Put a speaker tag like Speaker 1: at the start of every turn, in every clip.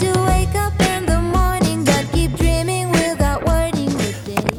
Speaker 1: to wake up in the morning, but keep dreaming without wording the day.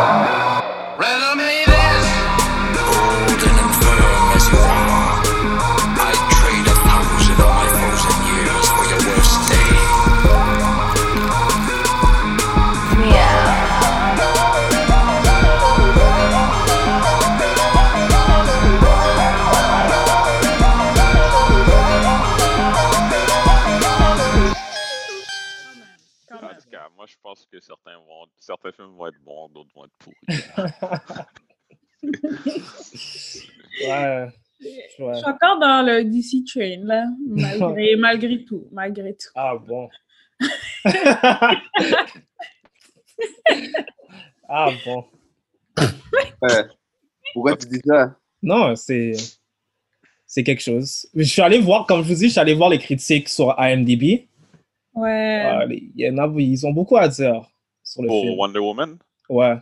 Speaker 2: Rhythm it is. Golden and firm as you are. I trade a thousand of my frozen years for your worst day.
Speaker 3: En tout cas, moi, je pense que certains, vont, certains films vont être bons, d'autres vont être pourris.
Speaker 4: Ouais.
Speaker 5: Je
Speaker 4: ouais.
Speaker 5: suis encore dans le DC Train, là, malgré, malgré tout, malgré tout.
Speaker 4: Ah bon. ah bon.
Speaker 6: Ouais. Euh, Pourquoi tu dis ça?
Speaker 4: Non, c'est. C'est quelque chose. Je suis allé voir, comme je vous dis, je suis allé voir les critiques sur IMDb.
Speaker 5: Ouais.
Speaker 4: Ah, les- Il y en a, ils ont beaucoup à dire sur le film.
Speaker 3: Pour Wonder Woman,
Speaker 4: Ouais.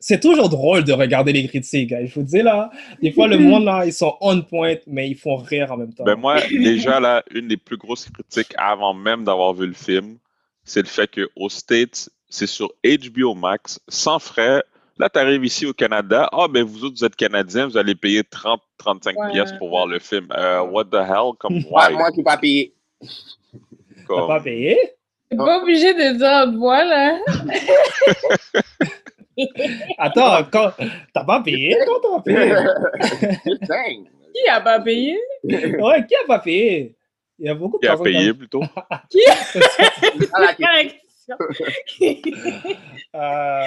Speaker 4: C'est toujours drôle de regarder les critiques,
Speaker 7: Ben,
Speaker 4: hein. je vous dis là. Des fois,
Speaker 6: Mm-hmm.
Speaker 4: le monde là, ils sont on point, mais ils font rire en même temps.
Speaker 3: ben moi, déjà, là, une des plus grosses critiques avant même d'avoir vu le film, c'est le fait qu'aux States, c'est sur HBO Max, sans frais. Là, tu arrives ici au Canada. Ah, ben vous autres, vous êtes Canadiens, vous allez payer 30, 35
Speaker 5: Ouais.
Speaker 3: pièces pour voir le film. Euh, what the hell? Comme,
Speaker 6: Ouais,
Speaker 3: why?
Speaker 6: moi, je peux pas payer.
Speaker 4: Bah, T'as
Speaker 3: Comme,
Speaker 4: pas payé?
Speaker 5: T'es pas obligé de dire voilà.
Speaker 4: Attends, quand... t'as pas payé? Quand t'as payé?
Speaker 6: Dang.
Speaker 5: Qui a pas payé?
Speaker 4: Ouais, qui a pas payé? Il y a beaucoup de
Speaker 3: qui a
Speaker 4: personnes qui ont-
Speaker 3: payé plutôt?
Speaker 6: Ah, la question.
Speaker 5: Correction.
Speaker 4: Euh,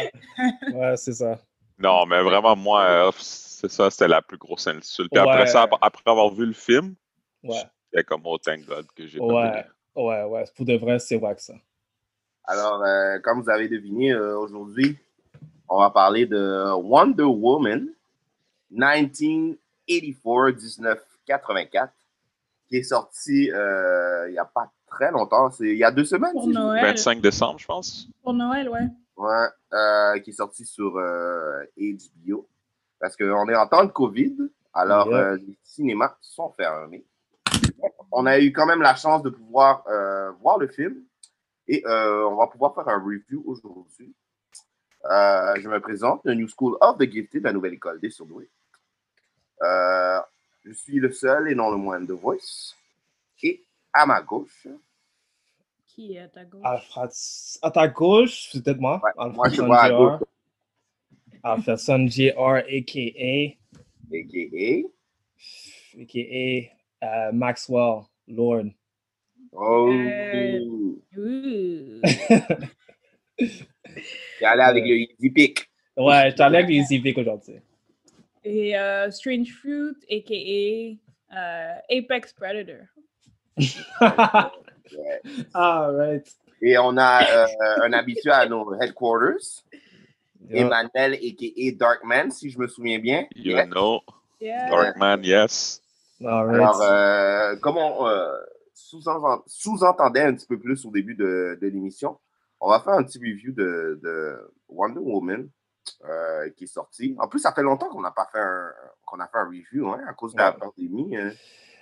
Speaker 4: ouais, c'est ça.
Speaker 3: Non, mais vraiment, moi, euh, c'est ça, c'était la plus grosse insulte. Puis après
Speaker 4: Ouais.
Speaker 3: ça, ap- après avoir vu le film,
Speaker 4: Ouais,
Speaker 3: j'étais comme, oh, thank God que j'ai pas
Speaker 4: ouais,
Speaker 3: payé.
Speaker 4: ouais, ouais. Pour de vrai, c'est wack ça.
Speaker 6: Alors, euh, comme vous avez deviné, euh, aujourd'hui, on va parler de Wonder Woman 1984-1984, qui est sorti euh, il n'y a pas très longtemps, c'est il y a deux semaines.
Speaker 5: Pour
Speaker 6: si je me
Speaker 5: Noël.
Speaker 3: 25 décembre, je pense.
Speaker 5: Pour Noël, ouais.
Speaker 6: Ouais, euh, qui est sorti sur euh, HBO. Parce qu'on est en temps de COVID, alors
Speaker 4: Yeah.
Speaker 6: euh, les cinémas sont fermés. on a eu quand même la chance de pouvoir euh, voir le film et euh, on va pouvoir faire un review aujourd'hui. Euh, je me présente, The New School of the Gifted, la nouvelle école des surdoués. Euh, je suis le seul et non le moindre de Voice. Et à ma gauche,
Speaker 8: Qui est à ta gauche?
Speaker 7: Alfred, à ta gauche, c'est peut-être moi. Alfredson
Speaker 6: moi, je vois à
Speaker 7: Jr.
Speaker 6: gauche.
Speaker 7: Alfredson Jr. a.k.a.
Speaker 6: a.k.a.
Speaker 7: a.k.a. euh, Maxwell Lord.
Speaker 6: Oh.
Speaker 8: Euh. Ouh.
Speaker 6: T'es allé avec le Easy Pick.
Speaker 7: Ouais, je t'enlève les IVIC aujourd'hui.
Speaker 8: Et euh, Strange Fruit, a.k.a. euh, Apex Predator.
Speaker 6: Ouais.
Speaker 7: All right.
Speaker 6: Et on a euh, un habitué à nos headquarters, Emmanuel a.k.a. Darkman, si je me souviens bien.
Speaker 3: You
Speaker 6: Yes.
Speaker 3: know,
Speaker 8: Yeah.
Speaker 3: Darkman, yes.
Speaker 7: All right.
Speaker 6: Alors, euh, comme on euh, sous-entend- sous-entendait un petit peu plus au début de, de l'émission, on va faire un petit review de, de Wonder Woman euh, qui est sorti. En plus, ça fait longtemps qu'on n'a pas fait un, qu'on a fait un review hein, à cause de la
Speaker 7: Ouais.
Speaker 6: pandémie. hein.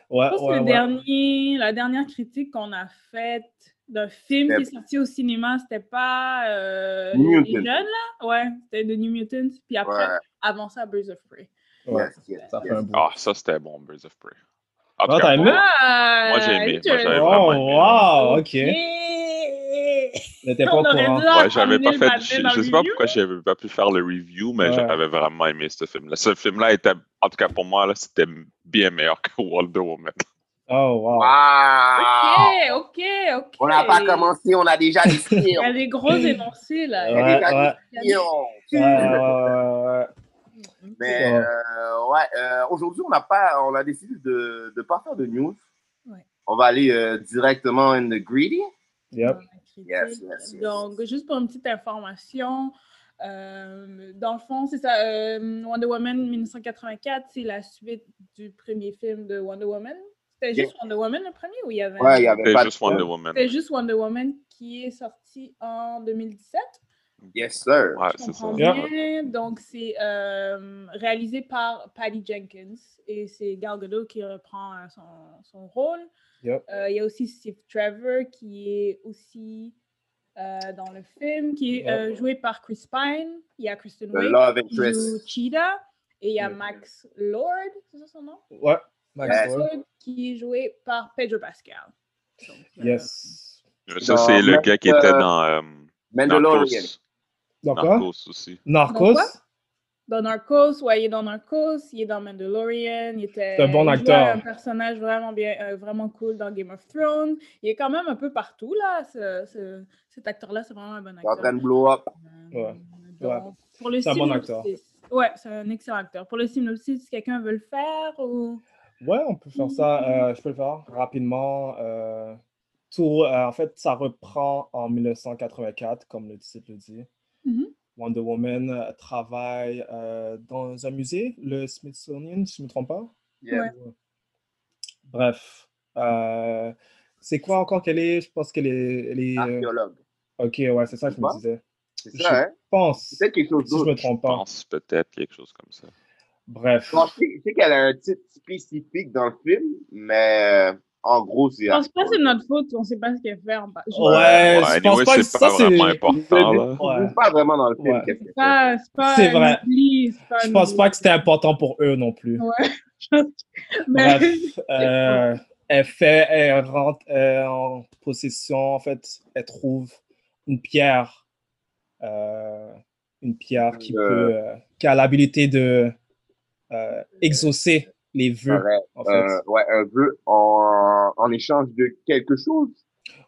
Speaker 7: ouais,
Speaker 8: Je pense que
Speaker 7: ouais,
Speaker 8: le
Speaker 7: ouais.
Speaker 8: dernier, la dernière critique qu'on a faite d'un film qui est sorti au cinéma, c'était pas euh,
Speaker 6: New
Speaker 8: les jeunes,
Speaker 6: Mutants.
Speaker 8: là? Ouais, c'était The New Mutants. Puis après,
Speaker 6: Ouais,
Speaker 8: avant ça, Birds of Prey.
Speaker 7: Ouais,
Speaker 6: yes, yes,
Speaker 7: Ça fait
Speaker 6: yes.
Speaker 7: un bout.
Speaker 3: Ah, ça, c'était bon, Birds of Prey.
Speaker 7: Ah,
Speaker 3: En tout
Speaker 7: t'as
Speaker 3: cas,
Speaker 7: aimé?
Speaker 3: moi,
Speaker 8: Euh,
Speaker 3: moi, j'ai aimé. Moi, j'avais vraiment aimé.
Speaker 7: Oh, wow, ok.
Speaker 8: Yeah.
Speaker 7: N'était pas
Speaker 8: On
Speaker 7: au
Speaker 8: aurait
Speaker 7: courant.
Speaker 8: dû en
Speaker 3: Ouais, j'avais
Speaker 8: ramener
Speaker 3: pas
Speaker 8: le
Speaker 3: fait.
Speaker 8: Batman dans
Speaker 3: Je, je
Speaker 8: le
Speaker 3: sais pas
Speaker 8: review.
Speaker 3: pourquoi j'avais pas pu faire le review, mais
Speaker 7: Ouais.
Speaker 3: j'avais vraiment aimé ce film-là. Ce film-là était, en tout cas pour moi, là, c'était bien meilleur que Wonder Woman.
Speaker 7: Oh, wow.
Speaker 6: Wow!
Speaker 8: Ok, ok, ok.
Speaker 6: On n'a pas commencé, on a déjà des
Speaker 8: Il y a des gros énoncés, là.
Speaker 7: Ouais,
Speaker 6: les gars,
Speaker 7: ouais.
Speaker 8: Il y a des-
Speaker 6: questions.
Speaker 7: Ouais, ouais, ouais, ouais.
Speaker 6: Mais
Speaker 7: Ouais.
Speaker 6: euh, ouais, euh, aujourd'hui, on n'a pas, on a décidé de ne pas faire de news.
Speaker 8: Ouais.
Speaker 6: On va aller euh, directement in the greedy.
Speaker 7: Yep.
Speaker 8: dans la critique.
Speaker 6: Yes, yes, yes,
Speaker 8: Donc, juste pour une petite information, euh, dans le fond, c'est ça, euh, Wonder Woman 1984, c'est la suite du premier film de Wonder Woman. C'était
Speaker 6: Yeah.
Speaker 8: juste Wonder Woman le premier ou il y avait un
Speaker 6: Ouais, il y
Speaker 8: autre?
Speaker 6: avait
Speaker 3: C'était
Speaker 6: pas
Speaker 3: juste
Speaker 6: de...
Speaker 3: Wonder Woman.
Speaker 8: C'était juste Wonder Woman qui est sorti en 2017.
Speaker 6: Yes, sir.
Speaker 3: Ouais,
Speaker 8: je
Speaker 3: c'est ça.
Speaker 8: comprends
Speaker 7: Yeah.
Speaker 8: bien. Donc, c'est euh, réalisé par Patty Jenkins et c'est Gal Gadot qui reprend euh, son, son rôle.
Speaker 7: Yep.
Speaker 8: Euh, il y a aussi Steve Trevor qui est aussi euh, dans le film, qui est
Speaker 7: Yep.
Speaker 8: euh, joué par Chris Pine. Il y a Kristen
Speaker 6: The
Speaker 8: Wiig
Speaker 6: love
Speaker 8: qui joue
Speaker 6: interest.
Speaker 8: Cheetah et il y a
Speaker 7: Yep.
Speaker 8: Max Lord, c'est ça son nom?
Speaker 7: Ouais. Max
Speaker 6: Yes.
Speaker 7: Lord.
Speaker 8: Lord, qui est joué par Pedro Pascal. Donc, euh,
Speaker 7: Yes.
Speaker 3: Ça, c'est le
Speaker 6: Dans-
Speaker 3: gars qui
Speaker 6: euh,
Speaker 3: était dans euh,
Speaker 6: Mandalorian.
Speaker 3: Narcos.
Speaker 7: Dans quoi?
Speaker 3: Narcos aussi.
Speaker 8: Dans
Speaker 7: Narcos?
Speaker 8: quoi? dans Narcos, ouais, il est dans Narcos, il est dans Mandalorian, il était
Speaker 7: C'est un bon
Speaker 8: il jouait
Speaker 7: acteur.
Speaker 8: un personnage vraiment bien, euh, vraiment cool dans Game of Thrones. Il est quand même un peu partout là. ce- ce- cet acteur-là, c'est vraiment un bon
Speaker 6: T'es en train
Speaker 8: acteur.
Speaker 6: de blow up.
Speaker 8: Euh,
Speaker 7: Ouais.
Speaker 8: donc,
Speaker 7: Ouais.
Speaker 8: Pour le
Speaker 7: C'est un bon
Speaker 8: synopsis-
Speaker 7: acteur.
Speaker 8: Ouais, c'est un excellent acteur. Pour le synopsis, quelqu'un veut le faire ou Mm.
Speaker 7: Ouais, on peut faire ça. euh, je peux le faire rapidement. euh, tout, euh, en fait, ça reprend en 1984, comme le titre le dit.
Speaker 8: Mhm.
Speaker 7: Wonder Woman euh, travaille euh, dans un musée, le Smithsonian, si je ne me trompe pas.
Speaker 6: Yeah.
Speaker 8: Ouais.
Speaker 7: Bref. euh, c'est quoi encore qu'elle est? Je pense qu'elle est, elle est, euh,
Speaker 6: Archéologue.
Speaker 7: Ok, ouais, c'est ça que je me
Speaker 6: Quoi?
Speaker 7: disais.
Speaker 6: C'est
Speaker 7: Je
Speaker 6: ça, hein?
Speaker 7: pense,
Speaker 6: C'est peut-être quelque chose
Speaker 7: si je me
Speaker 6: d'autre.
Speaker 7: trompe
Speaker 3: Je
Speaker 7: pas.
Speaker 3: pense peut-être quelque chose comme ça.
Speaker 7: Bref.
Speaker 6: Bon, je sais- je sais qu'elle a un titre spécifique dans le film, mais euh, en gros, c'est.
Speaker 5: Ah,
Speaker 8: Je pense pas que c'est notre faute. On sait pas ce qu'elle fait. On pa- je-
Speaker 7: Ouais,
Speaker 3: Ouais,
Speaker 7: je pense
Speaker 3: anyway,
Speaker 7: pas que
Speaker 3: c'est
Speaker 7: ça,
Speaker 3: pas
Speaker 7: c'est...
Speaker 3: vraiment important, là.
Speaker 6: On
Speaker 7: Ouais.
Speaker 6: joue pas vraiment dans le film.
Speaker 7: Ouais.
Speaker 6: qu'est-ce que
Speaker 8: C'est
Speaker 5: Ah,
Speaker 8: pas- c'est pas
Speaker 7: C'est
Speaker 8: un
Speaker 7: vrai.
Speaker 8: oubli, c'est pas
Speaker 7: Je
Speaker 8: un
Speaker 7: pense
Speaker 8: oubli.
Speaker 7: pas que c'était important pour eux non plus.
Speaker 8: Ouais, je pense que- mais-
Speaker 7: Bref, euh, elle fait, elle rentre euh, en possession, en fait, elle trouve une pierre, euh, une pierre qui
Speaker 6: Euh.
Speaker 7: peut, euh, qui a l'habilité de euh, exaucer les
Speaker 6: c'est?
Speaker 7: vœux,
Speaker 6: Ouais,
Speaker 7: en fait.
Speaker 6: euh, ouais, un vœu en, en échange de quelque chose.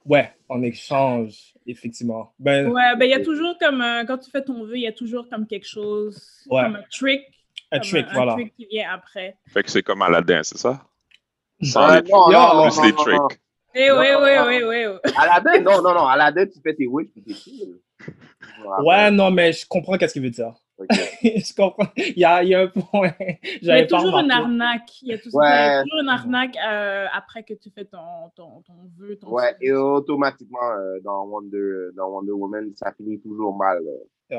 Speaker 7: Ouais, en échange, effectivement. Ben,
Speaker 8: Ouais, ben il y a toujours comme euh, quand tu fais ton vœu, il y a toujours comme quelque chose,
Speaker 7: Ouais.
Speaker 8: comme un trick,
Speaker 7: un
Speaker 8: comme
Speaker 7: trick, voilà.
Speaker 8: trick qui vient après.
Speaker 3: Fait que c'est comme Aladdin, c'est ça? Sans
Speaker 6: Ah,
Speaker 3: les tricks.
Speaker 6: non, non,
Speaker 3: Juste
Speaker 6: non,
Speaker 3: les
Speaker 6: non, non.
Speaker 3: tricks.
Speaker 8: Eh
Speaker 6: Non.
Speaker 8: oui, oui, oui, oui. oui.
Speaker 6: Aladdin, non, non, non. Aladdin, tu fais tes wishes puis t'es chill.
Speaker 7: Ouais, non, mais je comprends qu'est-ce qu'il veut dire.
Speaker 6: Ok.
Speaker 7: je comprends. Il y a, il y a un point.
Speaker 8: Il y a
Speaker 7: J'avais pas
Speaker 8: toujours une
Speaker 7: remarqué.
Speaker 8: arnaque. Il y a, tout- il y a
Speaker 6: Ouais.
Speaker 8: toujours une arnaque euh, après que tu fais ton, ton, ton vœu. Ton
Speaker 6: Ouais, et automatiquement, euh, dans, Wonder, dans Wonder Woman, ça finit toujours mal. euh.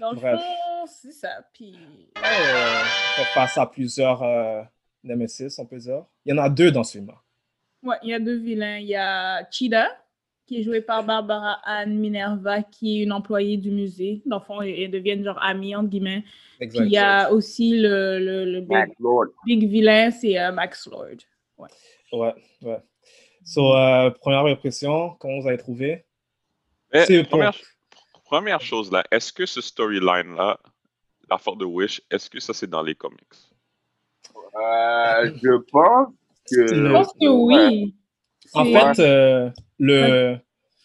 Speaker 8: Dans le
Speaker 7: Bref.
Speaker 8: fond, c'est ça. Puis,
Speaker 7: Euh, on fait face à plusieurs euh,
Speaker 4: Nemesis, on peut dire. Il y en a deux dans ce film-là.
Speaker 5: Ouais, il y a deux vilains. Il y a Cheetah, qui est jouée par Barbara Anne Minerva, qui est une employée du musée. Dans le fond, ils ils deviennent genre amis, entre guillemets. Puis il y a aussi le, le,
Speaker 7: Mm-hmm.
Speaker 5: le big, big vilain, c'est euh, Max Lord. Ouais.
Speaker 4: Ouais, ouais. So, euh, première impression, comment vous avez trouvé?
Speaker 3: Mais
Speaker 4: C'est
Speaker 3: Eh, première, première chose là, est-ce que ce storyline là, l'affaire de Wish, est-ce que ça c'est dans les comics?
Speaker 6: Euh, je pense que.
Speaker 5: Je pense que oui.
Speaker 4: En
Speaker 5: C'est-
Speaker 4: fait, euh, le,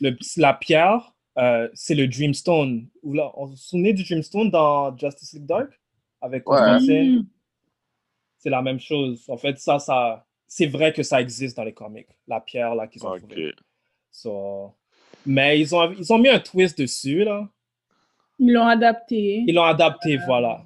Speaker 4: le, la pierre, euh, c'est le Dreamstone. Vous la- vous vous souvenez du Dreamstone dans Justice League Dark avec
Speaker 6: Ouais.
Speaker 4: Constantine?
Speaker 8: Hmm.
Speaker 6: Mm.
Speaker 4: C'est la même chose. En fait, ça, ça c'est vrai que ça existe dans les comics, la pierre là qu'ils ont trouvée. So, mais ils ont, ils ont mis un twist dessus, là.
Speaker 5: Ils l'ont adapté.
Speaker 4: Ils l'ont adapté, voilà.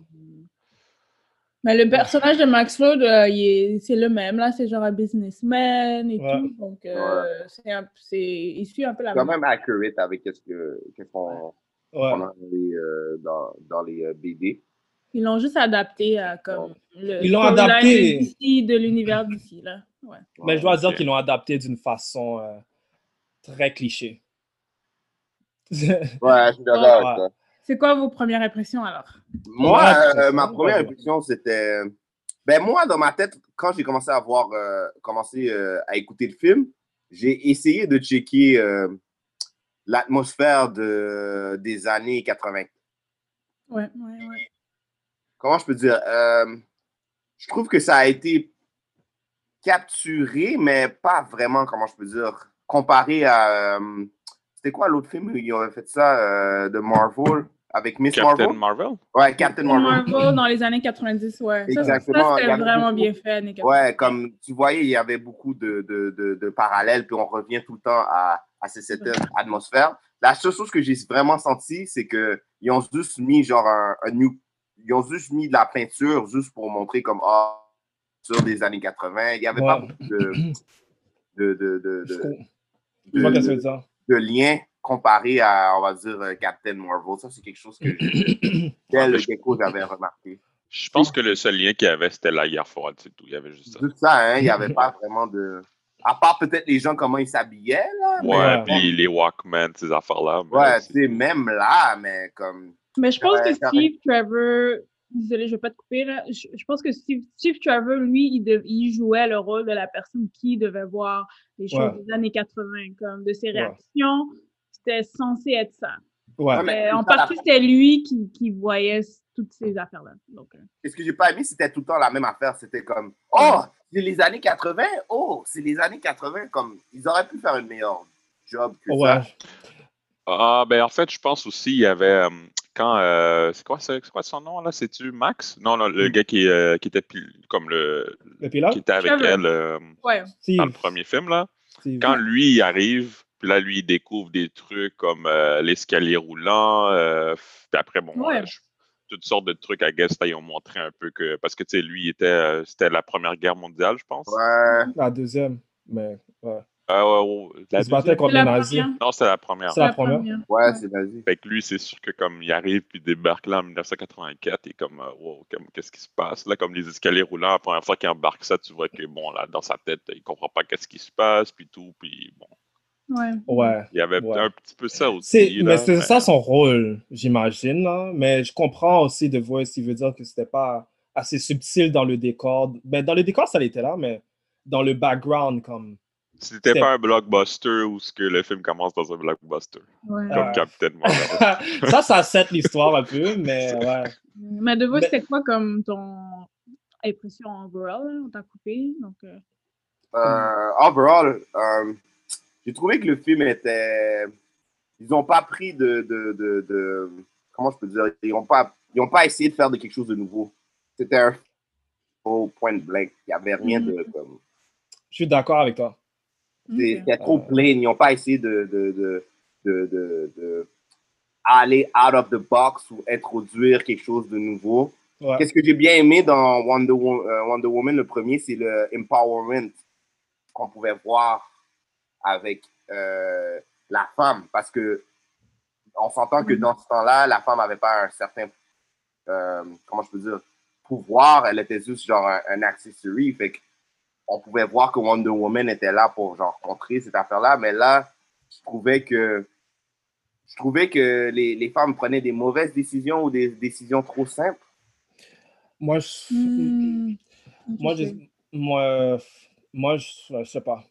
Speaker 5: Mais le personnage de Max Lord, euh, il est- c'est le même, là. C'est genre un businessman et
Speaker 6: Ouais.
Speaker 5: tout. Donc, euh, c'est un- c'est il suit un peu la
Speaker 6: quand
Speaker 5: même.
Speaker 6: même accurate avec ce que, qu'est-ce qu'on qu'on a dans les, euh, dans, dans les euh, BD.
Speaker 5: Ils l'ont juste adapté à comme. le
Speaker 4: Ils l'ont
Speaker 5: storyline
Speaker 4: adapté.
Speaker 5: de DC, de l'univers d'ici, là. Ouais.
Speaker 4: Mais je dois dire qu'ils l'ont adapté d'une façon euh, très cliché.
Speaker 6: Ouais, je suis d'accord avec
Speaker 4: Ouais.
Speaker 6: ça.
Speaker 5: C'est quoi vos premières impressions alors?
Speaker 6: Moi,
Speaker 4: Ouais,
Speaker 6: euh,
Speaker 4: c'est
Speaker 6: ma
Speaker 4: ça,
Speaker 6: première
Speaker 4: ouais.
Speaker 6: impression, c'était. Ben, moi, dans ma tête, quand j'ai commencé à voir, euh, commencé euh, à écouter le film, j'ai essayé de checker euh, l'atmosphère de, des années 80.
Speaker 5: Ouais, ouais, ouais.
Speaker 6: Comment je peux dire? Euh, je trouve que ça a été capturé, mais pas vraiment, comment je peux dire, comparé à. euh, c'était quoi l'autre film où ils avaient fait ça euh, de Marvel avec Miss
Speaker 3: Captain
Speaker 6: Marvel?
Speaker 3: Marvel?
Speaker 6: Ouais, Captain Marvel.
Speaker 5: Marvel dans les années 90, ouais. Ça, Ça,
Speaker 6: Exactement, il y
Speaker 5: c'était
Speaker 6: avait
Speaker 5: vraiment
Speaker 6: beaucoup-
Speaker 5: bien fait, années 90.
Speaker 6: Ouais, comme tu voyais, il y avait beaucoup de, de, de, de parallèles, puis on revient tout le temps à, à cette, cette atmosphère. La seule chose que j'ai vraiment senti, c'est qu'ils ont juste mis genre un, un new- Ils ont juste mis de la peinture juste pour montrer comme ah, sur des années 80. Il n'y avait pas
Speaker 4: Ouais.
Speaker 6: beaucoup de, de, de, de, de,
Speaker 4: Je vois qu'est-ce que tu veux dire.
Speaker 6: de liens comparés à, on va dire, euh, Captain Marvel. Ça, c'est quelque chose que j'ai- tel gecko, j'avais remarqué.
Speaker 3: Je pense que le seul lien qu'il y avait, c'était la guerre froide, c'est tout. Il y avait juste ça.
Speaker 6: Tout ça, hein, il n'y avait pas vraiment de... À part peut-être les gens, comment ils s'habillaient, là. mais-
Speaker 3: Ouais, puis les Walkman, ces affaires-là. mais
Speaker 6: Ouais, tu sais, même là, mais comme.
Speaker 5: Mais je pense que
Speaker 6: Ouais, ça
Speaker 5: Steve Trevor, désolé, je vais pas te couper là. Je, je pense que Steve, Steve Trevor, lui, il, dev- il jouait le rôle de la personne qui devait voir les choses
Speaker 4: Ouais.
Speaker 5: des années 80, comme de ses
Speaker 4: Ouais.
Speaker 5: réactions. C'était censé être ça.
Speaker 4: Ouais.
Speaker 6: Ouais, mais
Speaker 5: Mais Euh, en
Speaker 6: c'est Ben, ça,
Speaker 5: partie,
Speaker 6: la-
Speaker 5: c'était lui qui, qui voyait s- toutes ces affaires-là. Donc, euh,
Speaker 6: Et ce que j'ai pas aimé, c'était tout le temps la même affaire. C'était comme, oh, c'est les années 80. Oh, c'est les années 80. Comme, ils auraient pu faire une meilleure job que
Speaker 4: Ouais.
Speaker 6: ça.
Speaker 3: Ah, ben en fait, je pense aussi, il y avait. euh, quand. euh, c'est quoi, ça- c'est quoi son nom, là C'est-tu Max Non, non, le gars qui, euh, qui était pil- comme le.
Speaker 4: Le pilote
Speaker 3: Qui était avec
Speaker 4: Trevor.
Speaker 3: elle euh,
Speaker 5: ouais.
Speaker 3: dans le premier film, là.
Speaker 4: Steve.
Speaker 3: Quand lui, il arrive, puis là, lui, il découvre des trucs comme euh, l'escalier roulant. euh, puis après, bon,
Speaker 5: Ouais.
Speaker 3: euh, je- toutes sortes de trucs, à guess, là, ils ont montré un peu que. Parce que, tu sais, lui, il était, euh, c'était la Première Guerre mondiale, je pense.
Speaker 6: Ouais.
Speaker 4: La deuxième, mais ouais.
Speaker 3: Ah ouais, ouais, la
Speaker 4: Il se battait
Speaker 3: deuxième?
Speaker 4: contre les nazis.
Speaker 3: Non, c'est la première.
Speaker 4: C'est la La première. première.
Speaker 6: Ouais, c'est vas-y.
Speaker 3: Fait que lui, c'est sûr que comme il arrive puis il débarque là en 1984, et comme, euh, wow, comme, qu'est-ce qui se passe? Là, comme les escaliers roulants, la première fois qu'il embarque ça, tu vois que, bon, là, dans sa tête, il comprend pas qu'est-ce qui se passe, puis tout, puis bon.
Speaker 5: Ouais.
Speaker 4: Ouais.
Speaker 3: Il y avait un petit peu ça
Speaker 4: C'est-
Speaker 3: aussi.
Speaker 4: mais
Speaker 3: là,
Speaker 4: c'est
Speaker 3: mais-
Speaker 4: ça son rôle, j'imagine. là. Mais je comprends aussi de voir s'il veut dire que c'était pas assez subtil dans le décor. Ben, dans le décor, ça l'était là, mais dans le background, comme.
Speaker 3: C'était pas un blockbuster où ce que le film commence dans un blockbuster.
Speaker 5: Ouais.
Speaker 3: Comme
Speaker 4: Ouais.
Speaker 3: Captain Marvel.
Speaker 4: euh, ça, ça set l'histoire un peu, mais ouais.
Speaker 5: Mais de vous, c'était quoi comme ton impression overall? là? On t'a coupé. Donc, euh,
Speaker 6: Euh, overall, euh, j'ai trouvé que le film était. Ils n'ont pas pris de, de, de, de- Comment je peux dire Ils n'ont pas, ils ont pas essayé de faire de quelque chose de nouveau. C'était un. Au point blank. Il n'y avait rien de. Comme,
Speaker 4: Je suis d'accord avec toi.
Speaker 6: C'est- C'était trop plein. Ils n'ont pas essayé de, de, de, de, de- de aller out of the box ou introduire quelque chose de nouveau.
Speaker 4: Ouais.
Speaker 6: Qu'est-ce que j'ai bien aimé dans Wonder, Wo- euh, Wonder Woman, le premier, c'est le empowerment qu'on pouvait voir avec euh, la femme. Parce que on s'entend que dans ce temps-là, la femme n'avait pas un certain. euh, comment je peux dire pouvoir, elle était juste genre un, un accessory. Fait que on pouvait voir que Wonder Woman était là pour genre contrer cette affaire-là, mais là, je trouvais que je trouvais que les, les femmes prenaient des mauvaises décisions ou des décisions trop simples.
Speaker 4: Moi, je,
Speaker 5: Hmm,
Speaker 4: moi, je,
Speaker 5: ok.
Speaker 4: moi, moi, je, je sais pas.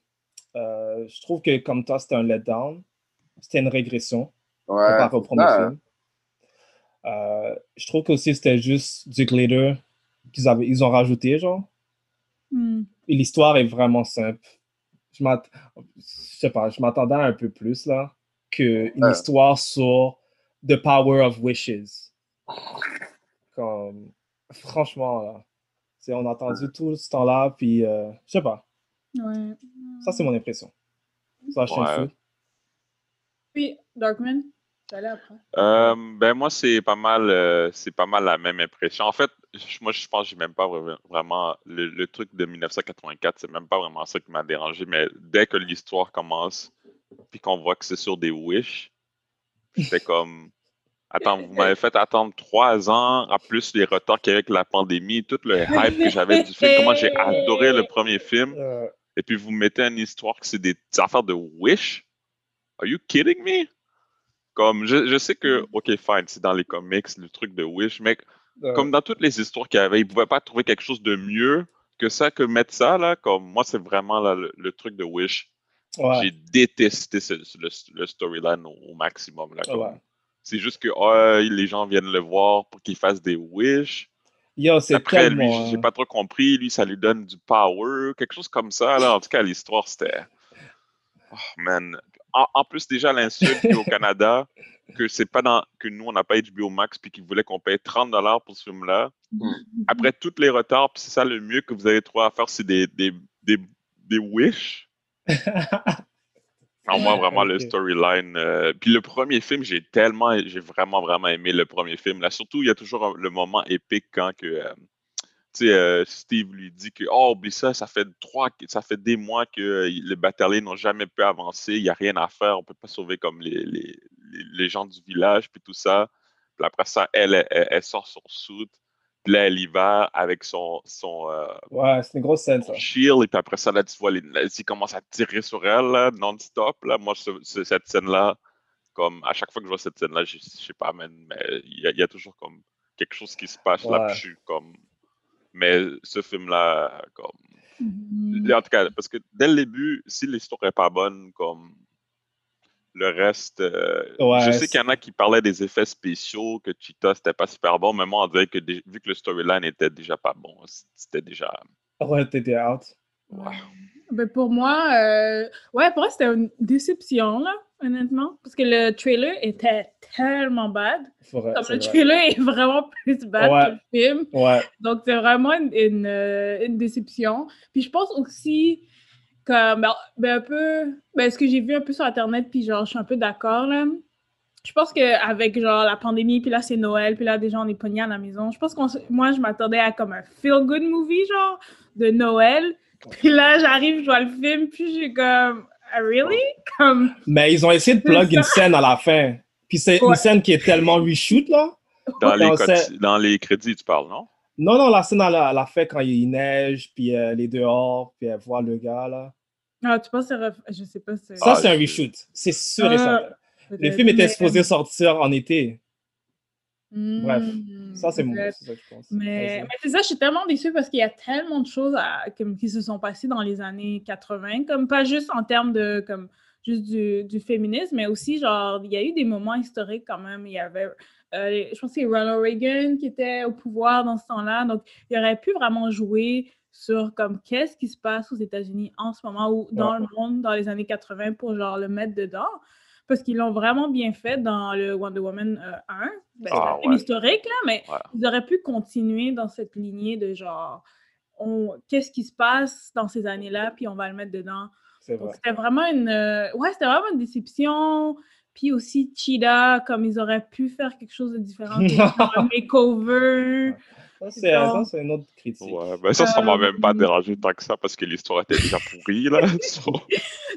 Speaker 4: Euh, je trouve que comme toi, c'était un letdown. C'était une régression
Speaker 6: Ouais, Ah.
Speaker 4: comparé au
Speaker 6: c'est
Speaker 4: premier
Speaker 6: ça.
Speaker 4: film. Euh, je trouve qu'aussi c'était juste du glitter qu'ils avaient, ils ont rajouté, genre.
Speaker 5: Hmm.
Speaker 4: Et l'histoire est vraiment simple. Je m'att- je sais pas, je m'attendais à un peu plus là qu'une
Speaker 6: Ouais.
Speaker 4: histoire sur The Power of Wishes. Comme franchement là, c'est on a attendu tout ce temps-là puis euh, je sais pas.
Speaker 5: Ouais.
Speaker 4: Ça c'est mon impression. Ça je t'en
Speaker 3: Ouais.
Speaker 4: fous.
Speaker 5: Puis, Darkman, t'allais après.
Speaker 3: Euh, ben moi c'est pas mal euh, c'est pas mal la même impression. En fait, je- moi je pense que j'ai même pas vra- vraiment le, le truc de 1984, c'est même pas vraiment ça qui m'a dérangé, mais dès que l'histoire commence puis qu'on voit que c'est sur des wish, j'étais comme attends, vous m'avez fait attendre trois ans, en plus les retards qu'il y avait avec la pandémie, tout le hype que j'avais du film, comment j'ai adoré le premier film
Speaker 4: Euh,
Speaker 3: et puis vous me mettez une histoire que c'est des, des affaires de Wish? Are you kidding me? Comme, je, je sais
Speaker 4: Mm.
Speaker 3: que, ok, fine, c'est dans les comics, le truc de Wish, mais
Speaker 4: euh,
Speaker 3: comme dans toutes les histoires qu'il y avait, ils pouvaient pas trouver quelque chose de mieux que ça, que mettre ça, là, comme, moi, c'est vraiment là, le, le truc de Wish.
Speaker 4: ouais,
Speaker 3: J'ai détesté ce- ce- le, le storyline au, au maximum, là, comme.
Speaker 4: Ah ouais.
Speaker 3: C'est juste que ah, les gens viennent le voir pour qu'il fasse des Wish.
Speaker 4: Yo, c'est
Speaker 3: Après, lui,
Speaker 4: tellement hein.
Speaker 3: j'ai pas trop compris. Lui, ça lui donne du power, quelque chose comme ça. Là. En tout cas, l'histoire, c'était. Oh, man. En, en plus, déjà, l'insulte qu'il y a au Canada, que c'est pas dans. que nous, on n'a pas HBO Max, puis qu'ils voulaient qu'on paye 30$ pour ce film-là. Après tous les retards, puis c'est ça le mieux que vous avez trouvé à faire, c'est des, des, des, des wish. Non, moi, vraiment, le
Speaker 4: Ok.
Speaker 3: storyline. euh, Puis le premier film, j'ai tellement, j'ai vraiment, vraiment aimé le premier film. Là, surtout, il y a toujours un- le moment épique quand que, euh, tu sais, euh, Steve lui dit que, oh, oublie ça, ça fait, trois, ça fait des mois que euh, les bataillons n'ont jamais pu avancer, il n'y a rien à faire, on ne peut pas sauver comme les, les, les- les gens du village, puis tout ça. Puis après ça, elle, elle, elle- elle sort son soute. Puis là, elle y va avec son, son, euh,
Speaker 4: ouais, c'est une grosse scène ça.
Speaker 3: son shield, et puis après ça, là, tu vois, les nazis commencent à tirer sur elle, là, non-stop, là. Moi, ce- ce- cette scène-là, comme, à chaque fois que je vois cette scène-là, je je sais pas, man, mais il y, a- il y a toujours, comme, quelque chose qui se passe, là,
Speaker 4: Ouais.
Speaker 3: puis je suis comme... Mais ce film-là, comme...
Speaker 5: Mhm.
Speaker 3: En tout cas, parce que dès le début, si l'histoire est pas bonne, comme... Le reste, euh,
Speaker 4: Ouais,
Speaker 3: je sais
Speaker 4: c'est-
Speaker 3: qu'il y en a qui parlaient des effets spéciaux, que Cheetah, c'était pas super bon, mais moi, on dirait que dé- vu que le storyline était déjà pas bon, c'était déjà...
Speaker 4: Ouais, t'étais out.
Speaker 5: Ouais. Ben, pour moi, euh, ouais, pour moi, c'était une déception, là, honnêtement. Parce que le trailer était tellement bad.
Speaker 4: Faudrait-
Speaker 5: Comme
Speaker 4: c'est
Speaker 5: le
Speaker 4: vrai.
Speaker 5: trailer est vraiment plus bad
Speaker 4: Ouais.
Speaker 5: que le film.
Speaker 4: Ouais,
Speaker 5: Donc, c'est vraiment une, une, euh, une déception. Puis, je pense aussi que, ben, ben, un peu, ben, ce que j'ai vu un peu sur Internet, puis genre, je suis un peu d'accord, là. Je pense qu'avec, genre, la pandémie, puis là, c'est Noël, puis là, déjà, on est pognés à la maison. Je pense que moi, je m'attendais à comme un feel-good movie, genre, de Noël. Puis là, j'arrive, je vois le film, puis j'ai comme, ah, really? Comme,
Speaker 4: mais ils ont essayé de plug
Speaker 5: C'est
Speaker 4: une scène à la fin. Puis c'est une
Speaker 5: Ouais.
Speaker 4: scène qui est tellement reshoot là.
Speaker 3: Dans, les
Speaker 4: Non,
Speaker 3: coti-
Speaker 4: c'est-
Speaker 3: dans les crédits, tu parles, non?
Speaker 4: Non, non, la scène à la, à la fin quand il neige, puis euh, les dehors, puis elle voit le gars là.
Speaker 5: ah, tu penses, que c'est ref- je sais pas, c'est.
Speaker 4: Ça,
Speaker 3: Ah,
Speaker 4: c'est un
Speaker 3: je-
Speaker 4: reshoot. C'est sûr et
Speaker 5: Ah, euh,
Speaker 4: certain. Le film était supposé sortir en été. bref,
Speaker 5: Hmm,
Speaker 4: Ça, c'est mon-
Speaker 5: peut-être.
Speaker 4: c'est ça que je pense.
Speaker 5: Mais,
Speaker 4: Vas-y.
Speaker 5: mais c'est ça, je suis tellement déçue parce qu'il y a tellement de choses à- comme, qui se sont passées dans les années 80, comme pas juste en termes de comme juste du, du féminisme, mais aussi genre il y a eu des moments historiques quand même. Il y avait, euh, je pense que c'est Ronald Reagan qui était au pouvoir dans ce temps-là, donc il aurait pu vraiment jouer sur comme qu'est-ce qui se passe aux États-Unis en ce moment ou dans
Speaker 4: Ouais.
Speaker 5: le monde dans les années 80 pour genre le mettre dedans. Parce qu'ils l'ont vraiment bien fait dans le Wonder Woman euh, 1. Ben, c'est
Speaker 3: Ah,
Speaker 5: un film
Speaker 3: ouais.
Speaker 5: historique, là, mais
Speaker 3: Ouais.
Speaker 5: ils auraient pu continuer dans cette lignée de genre, on, qu'est-ce qui se passe dans ces années-là, puis on va le mettre dedans.
Speaker 4: C'est
Speaker 5: Donc,
Speaker 4: vrai.
Speaker 5: c'était vraiment une, euh, ouais, c'était vraiment une déception. Puis aussi Cheetah, comme ils auraient pu faire quelque chose de différent, que genre un makeover.
Speaker 4: Ça, c'est ça, c'est une autre critique.
Speaker 3: Ouais, ben ça, ça m'a
Speaker 5: Euh,
Speaker 3: même pas dérangé tant que ça parce que l'histoire était déjà pourrie, là. So,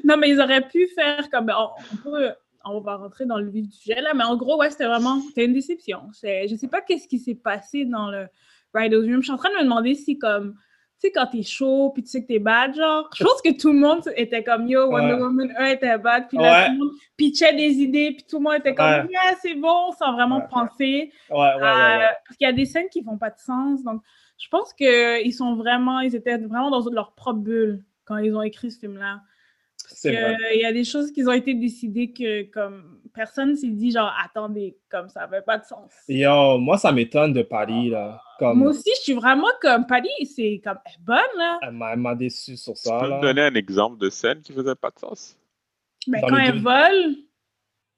Speaker 5: Non, mais ils auraient pu faire comme, on, on peut- on va rentrer dans le vif du sujet là, mais en gros, ouais, c'était vraiment, c'était une déception. C'est- Je sais pas qu'est-ce qui s'est passé dans le Riders Room. Je suis en train de me demander si, comme, tu sais, quand t'es chaud, puis tu sais que t'es bad, genre, je pense que tout le monde était comme Yo, Wonder
Speaker 4: Ouais.
Speaker 5: Woman 1 était bad, puis là,
Speaker 4: Ouais.
Speaker 5: tout le monde pitchait des idées, puis tout le monde était comme
Speaker 4: Ouais.
Speaker 5: Yeah, c'est bon, sans vraiment penser.
Speaker 4: Ouais, ouais, ouais,
Speaker 5: à-
Speaker 4: ouais.
Speaker 5: Parce qu'il y a des scènes qui font pas de sens. Donc, je pense qu'ils sont vraiment, ils étaient vraiment dans leur propre bulle quand ils ont écrit ce film-là. Parce
Speaker 4: C'est
Speaker 5: que,
Speaker 4: vrai.
Speaker 5: euh, il y a des choses qui ont été décidées que comme personne s'est dit genre attendez comme ça n'avait pas de sens.
Speaker 4: Yo, moi, ça m'étonne de Paris, là. Comme,
Speaker 5: Moi aussi je suis vraiment comme Paddy c'est comme elle est bonne là.
Speaker 4: Elle m'a elle m'a déçu sur
Speaker 3: Tu
Speaker 4: ça,
Speaker 3: peux me
Speaker 4: là.
Speaker 3: donner un exemple de scène qui faisait pas de sens?
Speaker 5: Mais
Speaker 4: Dans
Speaker 5: Ben, quand
Speaker 4: les
Speaker 5: elle
Speaker 4: deux-
Speaker 5: vole,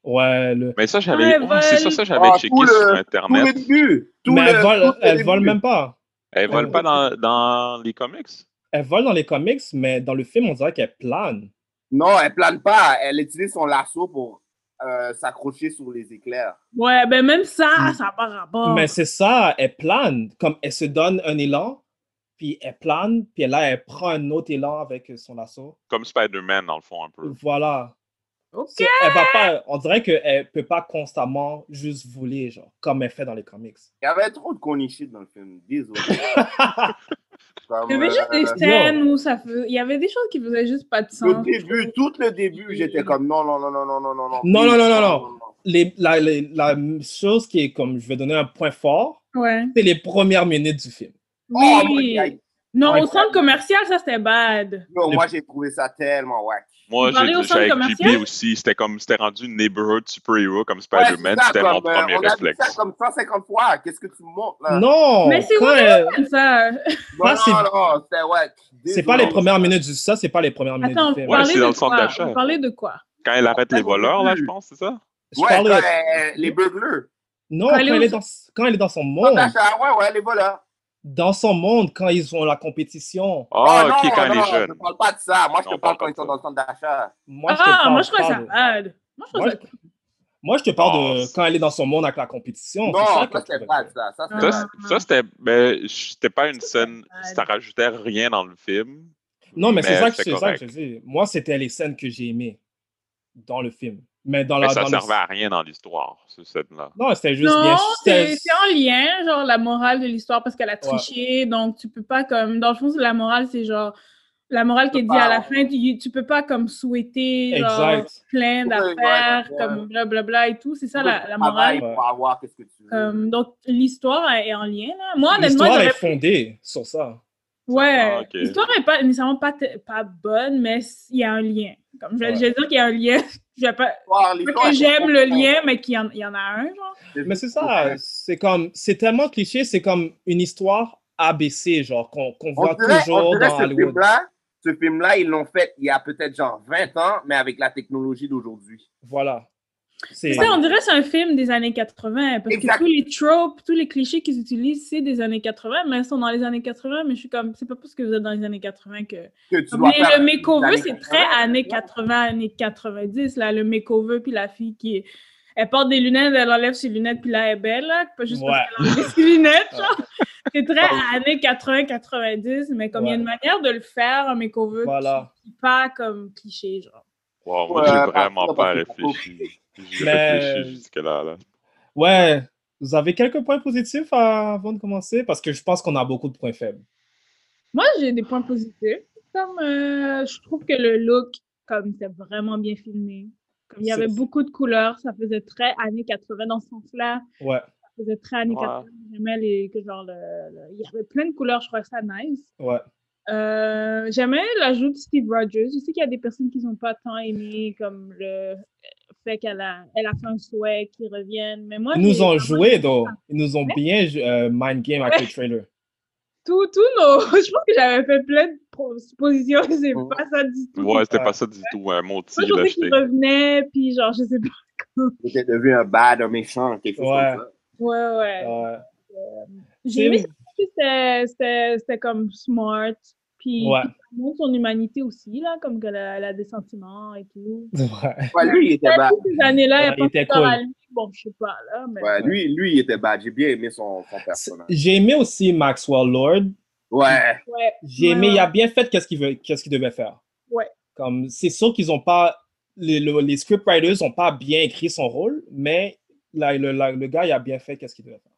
Speaker 4: Ouais, le...
Speaker 3: Mais ça, j'avais...
Speaker 5: Ouais,
Speaker 3: ouais, c'est ça,
Speaker 5: vol.
Speaker 3: ça j'avais
Speaker 5: Ah,
Speaker 3: checké
Speaker 5: tout le-
Speaker 3: sur Internet.
Speaker 5: tout le
Speaker 6: début!
Speaker 4: Mais elle vole, elle vole même pas.
Speaker 3: Elle vole
Speaker 4: Ouais.
Speaker 3: pas dans, dans les comics?
Speaker 4: Elle vole dans les comics, mais dans le film, on dirait qu'elle plane.
Speaker 6: Non, elle plane pas. Elle utilise son lasso pour euh, s'accrocher sur les éclairs.
Speaker 5: ouais ben même ça ça n'a pas rapport.
Speaker 4: Mais c'est ça, elle plane. Comme elle se donne un élan, puis elle plane, puis là, elle prend un autre élan avec son lasso.
Speaker 3: Comme Spider-Man, dans le fond, un peu.
Speaker 4: Voilà. Ça, Elle va pas, on dirait qu'elle peut pas constamment juste voler, genre, comme elle fait dans les comics.
Speaker 6: Il y avait trop de conichite dans le film. Désolé. Comme,
Speaker 5: Il y avait juste des
Speaker 4: Ah,
Speaker 5: hein.
Speaker 6: euh,
Speaker 5: scènes où ça fais- il y avait des choses qui faisaient juste pas de sens.
Speaker 6: Le début, tout le début, j'étais comme non, non, non, non, non, non, non, non.
Speaker 4: Non, non, non, non, non. Les- la, les- la chose qui est comme, je vais donner un point fort,
Speaker 5: Ouais.
Speaker 4: c'est les premières minutes du film.
Speaker 6: Oh
Speaker 5: Oui. non,
Speaker 4: Ouais.
Speaker 5: au centre commercial, ça c'était bad.
Speaker 6: Non, moi j'ai trouvé ça tellement wack.
Speaker 3: Moi,
Speaker 5: Vous parlez
Speaker 3: j'ai
Speaker 5: au
Speaker 3: j'ai-
Speaker 5: centre
Speaker 3: avec
Speaker 5: commercial?
Speaker 3: JP aussi, c'était comme, c'était rendu neighborhood superhero comme
Speaker 6: Ouais,
Speaker 3: Spider-Man,
Speaker 6: c'est ça,
Speaker 3: c'était mon
Speaker 6: comme, euh,
Speaker 3: premier
Speaker 6: on a vu
Speaker 3: réflexe.
Speaker 6: ça comme 150 fois. Qu'est-ce que tu me montres là?
Speaker 4: Non,
Speaker 5: Mais c'est
Speaker 4: quand
Speaker 5: Wonder
Speaker 4: elle-
Speaker 5: Woman, ça.
Speaker 6: Non,
Speaker 4: Ça, c'est-
Speaker 6: non, non, c'était wack.
Speaker 4: C'est pas
Speaker 6: Désolé.
Speaker 4: les premières minutes du ça, c'est pas les premières minutes
Speaker 5: Attends,
Speaker 4: du
Speaker 5: vous
Speaker 4: film.
Speaker 5: parlez
Speaker 3: c'est dans
Speaker 5: de
Speaker 3: le centre d'achat.
Speaker 5: quoi? Vous parlez de quoi?
Speaker 3: Quand elle arrête les voleurs, là, je pense, c'est ça?
Speaker 4: Je
Speaker 6: Ouais,
Speaker 4: parlais-
Speaker 6: quand, euh, les burglars.
Speaker 4: Non,
Speaker 5: Quand
Speaker 4: quand
Speaker 5: elle est
Speaker 4: elle,
Speaker 5: au-
Speaker 4: est dans, quand elle est dans son
Speaker 5: Oh.
Speaker 4: monde,
Speaker 6: Sacha, ouais, ouais, les voleurs.
Speaker 4: dans son monde, quand ils ont la compétition.
Speaker 3: Ah,
Speaker 6: non,
Speaker 3: ok, quand
Speaker 6: non,
Speaker 3: elle est
Speaker 6: je
Speaker 3: jeune.
Speaker 6: ne parle pas de ça. Moi, je
Speaker 3: Non,
Speaker 6: te
Speaker 3: on
Speaker 6: parle
Speaker 3: parle
Speaker 6: quand
Speaker 3: pas
Speaker 6: ils
Speaker 3: de
Speaker 6: sont
Speaker 3: ça.
Speaker 6: dans le centre d'achat.
Speaker 4: Moi, je te
Speaker 5: ah,
Speaker 4: parle
Speaker 5: moi je crois ça
Speaker 4: pas de-
Speaker 5: bad. Moi je crois
Speaker 4: Moi,
Speaker 5: ça.
Speaker 4: moi, je te parle
Speaker 3: Oh,
Speaker 4: de
Speaker 3: c'est-
Speaker 4: quand elle est dans son monde avec la compétition.
Speaker 6: Non,
Speaker 4: c'est ça
Speaker 6: ça,
Speaker 4: que je
Speaker 6: c'était
Speaker 4: trouvais
Speaker 6: pas
Speaker 4: cool.
Speaker 6: de ça. Ça,
Speaker 5: Ah.
Speaker 3: Ça,
Speaker 6: c'est pas
Speaker 3: c'est- ça, c'était, ben, c'était pas une scène, ça rajoutait rien dans le film.
Speaker 4: Non, mais, c'est
Speaker 3: Mais
Speaker 4: ça, que-
Speaker 3: c'est
Speaker 4: c'est ça que je
Speaker 3: correct.
Speaker 4: dis. Moi, c'était les scènes que j'ai aimées dans le film. Mais dans la.
Speaker 3: Mais ça
Speaker 4: dans le-
Speaker 3: servait à rien dans l'histoire, ce scène-là.
Speaker 4: Non, Ah, c'était juste bien.
Speaker 5: Non,
Speaker 4: c'était-
Speaker 5: c'est c'est en lien, genre la morale de l'histoire, parce qu'elle a
Speaker 4: Ouais.
Speaker 5: triché, donc tu peux pas comme. Dans le fond, la morale, c'est genre. La morale qui est dit à la fin, tu, tu peux pas comme souhaiter genre,
Speaker 4: Exact.
Speaker 5: plein
Speaker 6: Ouais,
Speaker 5: d'affaires,
Speaker 6: ouais, ouais.
Speaker 5: comme blablabla et tout. C'est ça la, la
Speaker 6: travail
Speaker 5: morale.
Speaker 6: pour avoir qu'est-ce que tu veux.
Speaker 5: Comme, donc l'histoire est en lien. Là. Moi, honnêtement,
Speaker 4: L'histoire est
Speaker 5: j'aurais
Speaker 4: fondée sur ça.
Speaker 5: Ouais,
Speaker 3: Ah, ok.
Speaker 5: l'histoire n'est pas nécessairement pas, t- pas bonne, mais s- il y a un lien. Comme, je, vais- je vais dire qu'il y a un lien. Je vais pas,
Speaker 6: L'histoire,
Speaker 5: pas
Speaker 6: l'histoire,
Speaker 5: que
Speaker 6: c'est
Speaker 5: j'aime
Speaker 6: bon.
Speaker 5: le lien, mais qu'il y, en- il y en a un, genre.
Speaker 4: Mais c'est ça, c'est comme, c'est tellement cliché, c'est comme une histoire abaissée, genre, qu'on qu'on
Speaker 6: On
Speaker 4: voit
Speaker 6: dirait, on
Speaker 4: toujours
Speaker 6: dirait
Speaker 4: dans
Speaker 6: ce
Speaker 4: Hollywood.
Speaker 6: film-là, ce film-là, ils l'ont fait il y a peut-être genre 20 ans, mais avec la technologie d'aujourd'hui.
Speaker 4: Voilà.
Speaker 5: Tu
Speaker 4: C'est
Speaker 5: sais, on dirait que c'est un film des années 80, parce
Speaker 6: Exact.
Speaker 5: que tous les tropes, tous les clichés qu'ils utilisent, c'est des années 80, mais ils sont dans les années 80, mais je suis comme, c'est pas parce que vous êtes dans les années 80 que...
Speaker 6: Que tu dois
Speaker 5: Mais
Speaker 6: faire
Speaker 5: le makeover,
Speaker 6: années
Speaker 5: c'est
Speaker 6: 80,
Speaker 5: très années 80, années 90, là, le makeover, puis la fille qui est... Elle porte des lunettes, elle enlève ses lunettes, puis là, elle est belle, là, pas juste parce
Speaker 4: Ouais.
Speaker 5: qu'elle enlève ses lunettes, genre. C'est très années 80, 90, mais comme il y a une manière de le faire, un makeover,
Speaker 4: Voilà.
Speaker 5: qui n'est pas comme cliché, genre.
Speaker 3: Wow, moi,
Speaker 6: Ouais, ah,
Speaker 3: j'ai vraiment
Speaker 6: parce-
Speaker 3: pas
Speaker 6: parce que-
Speaker 3: réfléchi. J'ai
Speaker 4: Mais-
Speaker 3: réfléchi jusque-là. Là.
Speaker 4: Ouais, vous avez quelques points positifs à- avant de commencer? Parce que je pense qu'on a beaucoup de points faibles.
Speaker 5: Moi, j'ai des points positifs. Comme, euh, je trouve que le look, comme, c'était vraiment bien filmé. Comme, il y
Speaker 4: C'est-
Speaker 5: avait beaucoup de couleurs, ça faisait très années 80 dans ce sens-là.
Speaker 4: Ouais,
Speaker 5: Ça faisait très années
Speaker 3: Ouais.
Speaker 5: 80. J'aimais les, que genre, le- le- il y avait plein de couleurs, je trouvais ça nice.
Speaker 4: ouais.
Speaker 5: Euh, j'aimais l'ajout de Steve Rogers. Je sais qu'il y a des personnes qui n'ont pas tant aimé, comme le fait qu'elle a, elle a fait un souhait, qu'ils reviennent. Mais moi,
Speaker 4: Ils nous
Speaker 5: j'ai
Speaker 4: ont
Speaker 5: vraiment
Speaker 4: joué,
Speaker 5: aimé
Speaker 4: donc.
Speaker 5: ça.
Speaker 4: Ils nous ont bien jou- euh, mind game avec
Speaker 5: Ouais.
Speaker 4: le trailer.
Speaker 5: Tout, tout nos. je pense que j'avais fait plein de pro- suppositions, c'est
Speaker 6: Ouais.
Speaker 5: pas ça du tout.
Speaker 3: Ouais, c'était
Speaker 4: Ouais.
Speaker 3: pas ça du tout, hein, un mot
Speaker 5: Moi, je pensais qu'il revenait, puis genre, je sais pas.
Speaker 6: J'étais devenu un bad, un méchant, quelque chose
Speaker 4: Ouais.
Speaker 6: comme ça.
Speaker 5: Ouais, Ah ouais. Euh,
Speaker 4: Ouais.
Speaker 5: J'ai aimé ça,
Speaker 4: C'est-
Speaker 5: puis c'était- c'était c'était comme smart, puis
Speaker 4: Ouais.
Speaker 5: puis ça montre son humanité aussi, là, comme qu'elle a, euh, elle a des sentiments et tout.
Speaker 4: Ouais.
Speaker 6: Ouais, lui, il était bad.
Speaker 5: Toutes ces années-là,
Speaker 4: Ouais,
Speaker 5: elle
Speaker 4: il
Speaker 5: pense
Speaker 4: était
Speaker 5: encore à
Speaker 4: cool.
Speaker 5: lui. Bon, je sais pas, là, mais...
Speaker 6: Ouais, lui, lui, il était bad. J'ai bien aimé son, son personnage.
Speaker 4: J'ai aimé aussi Maxwell Lord.
Speaker 6: Ouais.
Speaker 5: Ouais.
Speaker 4: J'ai
Speaker 5: Ouais,
Speaker 4: aimé,
Speaker 5: ouais.
Speaker 4: il a bien fait qu'est-ce qu'il veut- qu'est-ce qu'il devait faire.
Speaker 5: Ouais.
Speaker 4: Comme, c'est sûr qu'ils ont pas, les, le- les scriptwriters n'ont pas bien écrit son rôle, mais la- le, la- le gars, il a bien fait qu'est-ce qu'il devait faire.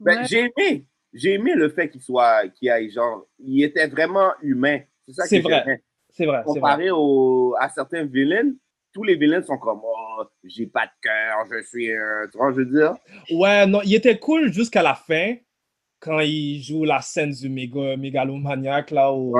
Speaker 6: Ben,
Speaker 5: Ouais.
Speaker 6: J'ai aimé. j'ai aimé le fait qu'il soit, qu'il aille genre, il était vraiment humain. C'est ça
Speaker 4: C'est
Speaker 6: que
Speaker 4: vrai.
Speaker 6: j'aimais.
Speaker 4: C'est vrai. c'est vrai.
Speaker 6: Comparé au, à certains villains, tous les villains sont comme, oh, j'ai pas de cœur, je suis un, tu vois, je veux dire.
Speaker 4: Ouais, non, il était cool jusqu'à la fin, quand il joue la scène du méga, mégalomaniaque, là, où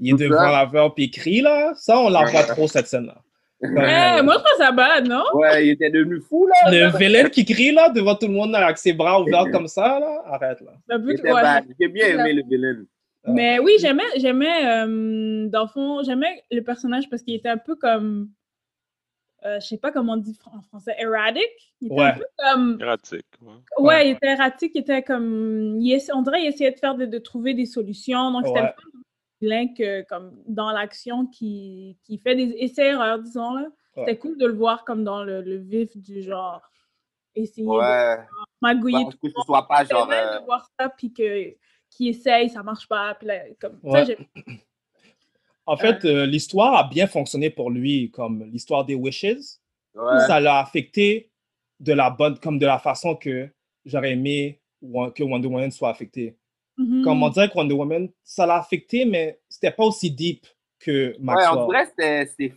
Speaker 4: il est
Speaker 6: tout
Speaker 4: devant
Speaker 6: ça.
Speaker 4: la veuve puis il crie, là. Ça,
Speaker 5: Ah,
Speaker 4: on la voit
Speaker 6: Ouais.
Speaker 4: trop, cette scène-là. Comme,
Speaker 5: Ouais,
Speaker 4: euh,
Speaker 5: moi, je trouve ça bad, non?
Speaker 6: Ouais, il était devenu fou, là.
Speaker 4: le vilain qui crie, là, devant tout le monde, là, avec ses bras ouverts comme ça, là. Arrête, là.
Speaker 5: Ça peut-
Speaker 6: Il était
Speaker 5: ouais,
Speaker 6: bad.
Speaker 5: ça-
Speaker 6: J'ai bien aimé le villain.
Speaker 5: Mais euh, oui, j'aimais, j'aimais, euh, dans le fond, j'aimais le personnage parce qu'il était un peu comme, euh, je sais pas comment on dit fr- en français, erratic. Il était un
Speaker 3: Ouais.
Speaker 5: peu comme,
Speaker 3: Erratique. ouais.
Speaker 5: ouais, il était erratique, il était comme, il essa- on dirait qu'il essayait de faire des- de, trouver des solutions. Donc, c'était
Speaker 4: Ouais.
Speaker 5: le fun de voir Link, euh, comme dans l'action qui, qui fait des essais-erreurs, disons. Là.
Speaker 6: Ouais.
Speaker 5: C'était cool de le voir comme dans le, le vif du genre, essayer
Speaker 6: Ouais. Bah,
Speaker 5: de magouiller
Speaker 6: Parce que ce soit pas genre.
Speaker 5: tellement
Speaker 6: euh,
Speaker 5: de voir ça, puis que qui essaye, ça marche pas, puis là, comme ça,
Speaker 4: Ouais.
Speaker 5: j'ai-
Speaker 4: En fait, euh, l'histoire a bien fonctionné pour lui, comme l'histoire des Wishes.
Speaker 6: Ouais.
Speaker 4: Ça l'a affecté de la bonne, comme de la façon que j'aurais aimé Wa- que Wonder Woman soit affectée.
Speaker 5: Mhm.
Speaker 4: Comme on dirait que Wonder Woman, ça l'a affecté, mais c'était pas aussi deep que
Speaker 6: Ouais,
Speaker 4: Maxwell.
Speaker 6: on dirait que c'était- c'était-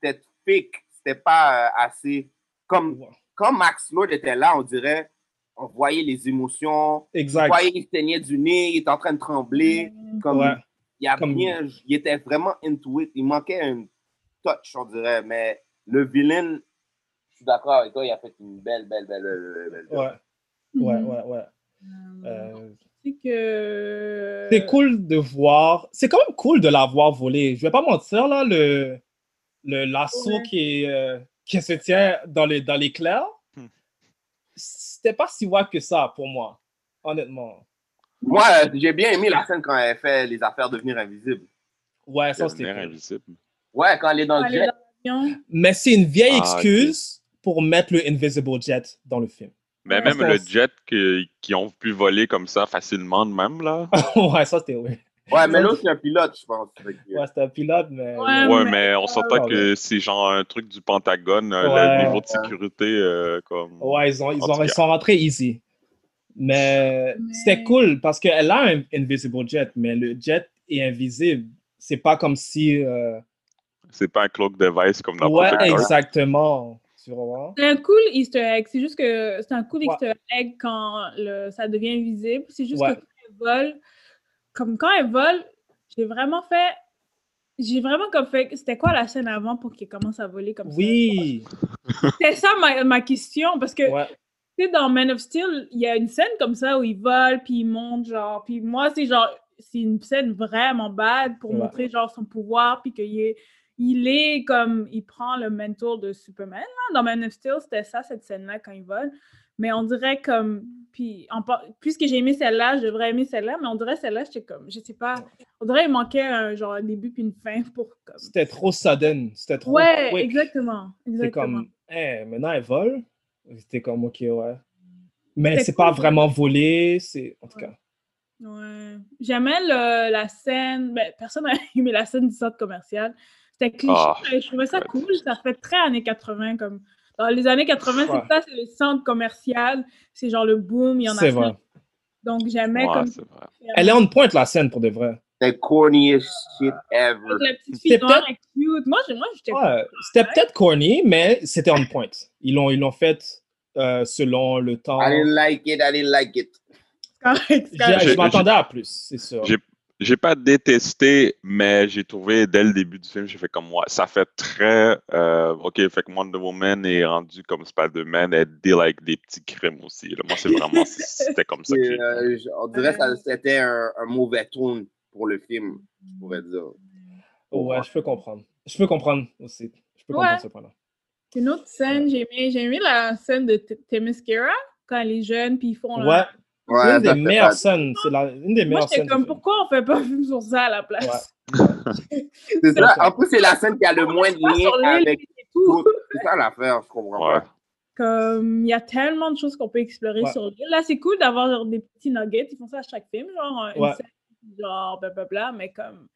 Speaker 6: c'était fake. C'était pas euh, assez. Comme, comme Max Lord était là, on dirait, on voyait les émotions.
Speaker 4: Exact.
Speaker 6: On voyait qu'il saignait du nez, il était en train de trembler.
Speaker 5: Mm.
Speaker 6: Comme,
Speaker 4: Ouais.
Speaker 6: il, y a
Speaker 4: Comme-
Speaker 6: bien- il était vraiment into it. Il manquait un touch, on dirait. Mais le vilain, je suis d'accord avec toi, il a fait une belle, belle, belle, belle, belle, belle job.
Speaker 4: Ouais. Ouais, ouais, ouais. Euh,
Speaker 5: c'est que.
Speaker 4: C'est cool de voir. C'est quand même cool de l'avoir volé. Je vais pas mentir, là, le, le lasso
Speaker 5: Ouais.
Speaker 4: qui, est, euh, qui se tient dans, le, dans l'éclair,
Speaker 3: Hmm.
Speaker 4: c'était pas si wack que ça pour moi, honnêtement.
Speaker 6: Moi, euh, j'ai bien aimé la scène quand elle fait les affaires devenir invisibles.
Speaker 4: Ouais, ça c'était
Speaker 3: Devenir
Speaker 4: cool.
Speaker 3: invisible.
Speaker 6: Ouais, quand elle est dans le
Speaker 5: Aller
Speaker 6: jet.
Speaker 5: dans l'avion.
Speaker 4: Mais c'est une vieille
Speaker 3: Ah, ok.
Speaker 4: excuse pour mettre le Invisible Jet dans le film.
Speaker 3: Mais
Speaker 4: Ouais,
Speaker 3: même
Speaker 4: ça,
Speaker 3: le
Speaker 4: c'est-
Speaker 3: jet que- qui ont pu voler comme ça facilement de même, là.
Speaker 4: ouais, ça c'était ouais.
Speaker 6: Ouais, mais l'autre, c'est un pilote, je pense.
Speaker 4: Ouais, c'était un pilote, mais.
Speaker 5: Euh,
Speaker 3: Ouais, mais on s'entend
Speaker 4: Ouais.
Speaker 3: que c'est genre un truc du Pentagone, euh,
Speaker 4: Ouais.
Speaker 3: le niveau de sécurité, euh, comme.
Speaker 4: Ouais, ils, ont, ils,
Speaker 3: En
Speaker 4: ont,
Speaker 3: tout
Speaker 4: ils
Speaker 3: cas.
Speaker 4: sont rentrés easy. Mais, c'était cool parce qu'elle a un invisible jet, mais le jet est invisible. C'est pas comme si. euh,
Speaker 3: C'est pas un cloak device comme dans
Speaker 4: Ouais,
Speaker 3: Protector.
Speaker 4: exactement. Tu vois?
Speaker 5: C'est un cool Easter egg. C'est juste que c'est un cool Easter egg quand le, ça devient invisible. C'est juste
Speaker 4: Ouais.
Speaker 5: que quand elle vole, comme quand elle vole, j'ai vraiment fait. J'ai vraiment comme fait. C'était quoi la scène avant pour qu'elle commence à voler comme ça?
Speaker 4: Oui!
Speaker 5: C'est ça ma, ma question, parce que
Speaker 4: Ouais.
Speaker 5: tu sais, dans Man of Steel, il y a une scène comme ça où ils volent, puis ils montent, genre. Puis moi, c'est genre, c'est une scène vraiment bad pour
Speaker 4: Ouais.
Speaker 5: montrer, genre, son pouvoir, puis qu'il est, il est comme, il prend le mentor de Superman, là. Dans Man of Steel, c'était ça, cette scène-là, quand il vole. Mais on dirait comme, puis, en, par- puisque j'ai aimé celle-là, je devrais aimer celle-là, mais on dirait celle-là, j'étais comme, je sais pas, on dirait qu'il manquait un, genre, un début puis une fin pour, comme.
Speaker 4: C'était trop sudden. C'était trop.
Speaker 5: Ouais,
Speaker 4: quick.
Speaker 5: exactement.
Speaker 4: C'est
Speaker 5: exactement.
Speaker 4: comme, eh, maintenant elle vole. C'était comme, ok, ouais. Mais
Speaker 5: C'était
Speaker 4: c'est pas
Speaker 5: cool.
Speaker 4: vraiment volé. C'est... En tout cas.
Speaker 5: Ouais. J'aimais le- la scène. Ben, personne n'a aimé la scène du centre commercial. C'était cliché,
Speaker 4: Ah,
Speaker 5: mais je trouvais ça cool. Ça fait très années 80. Comme... Dans les années 80,
Speaker 4: Ouais.
Speaker 5: c'est ça, c'est le centre commercial. C'est genre le boom, il y en a
Speaker 4: C'est
Speaker 5: plein.
Speaker 4: vrai.
Speaker 5: Donc j'aimais
Speaker 4: Ouais,
Speaker 5: comme.
Speaker 4: c'est Elle est on pointe la scène pour de vrai.
Speaker 6: The corniest shit ever.
Speaker 5: Avec la petite
Speaker 4: C'est
Speaker 5: fille noire
Speaker 4: peut-être-
Speaker 5: et cute. Moi, j'ai- moi j'étais.
Speaker 4: Ouais, c'était peut-être corny, mais c'était on point. Ils l'ont, ils l'ont fait euh, selon le temps.
Speaker 6: I didn't like it, I didn't like it.
Speaker 4: Je, je
Speaker 3: J'ai-
Speaker 4: m'attendais à plus, c'est sûr.
Speaker 3: J'ai- J'ai pas détesté, mais j'ai trouvé dès le début du film, j'ai fait comme moi. Ça fait très. euh, ok, fait que Wonder Woman est rendue comme Spider-Man, elle deal avec des petits crimes aussi. là. Moi, c'est vraiment. C'était comme ça que
Speaker 6: Et,
Speaker 3: j'ai.
Speaker 6: euh, je- on dirait que c'était un, un mauvais tone pour le film, je pourrais dire.
Speaker 4: Ouais, je peux comprendre. Je peux comprendre aussi. Je peux
Speaker 5: euh, Ouais.
Speaker 4: comprendre ce point-là.
Speaker 5: Une autre scène, j'ai aimé, j'ai aimé la scène de T- Themyscira quand elle est jeune, puis ils font.
Speaker 4: Ouais.
Speaker 5: la-
Speaker 4: c'est une
Speaker 6: ça,
Speaker 4: des
Speaker 6: c'est
Speaker 4: meilleures
Speaker 6: pas-
Speaker 4: scènes. C'est la- une
Speaker 5: Moi,
Speaker 4: des meilleures
Speaker 5: j'étais
Speaker 4: scènes.
Speaker 5: comme, pourquoi on fait pas un film sur ça à la place?
Speaker 6: C'est ça. En plus, c'est la scène qui a le moins de
Speaker 5: pas sur
Speaker 6: lien
Speaker 5: l'île
Speaker 6: avec tout. C'est ça l'affaire, je comprends pas.
Speaker 5: Comme, il y a tellement de choses qu'on peut explorer
Speaker 6: Ouais.
Speaker 5: sur l'île. Là, c'est cool d'avoir genre, des petits nuggets. Ils font ça à chaque film, genre, euh, une
Speaker 4: Ouais.
Speaker 5: scène, genre, blablabla. Mais comme,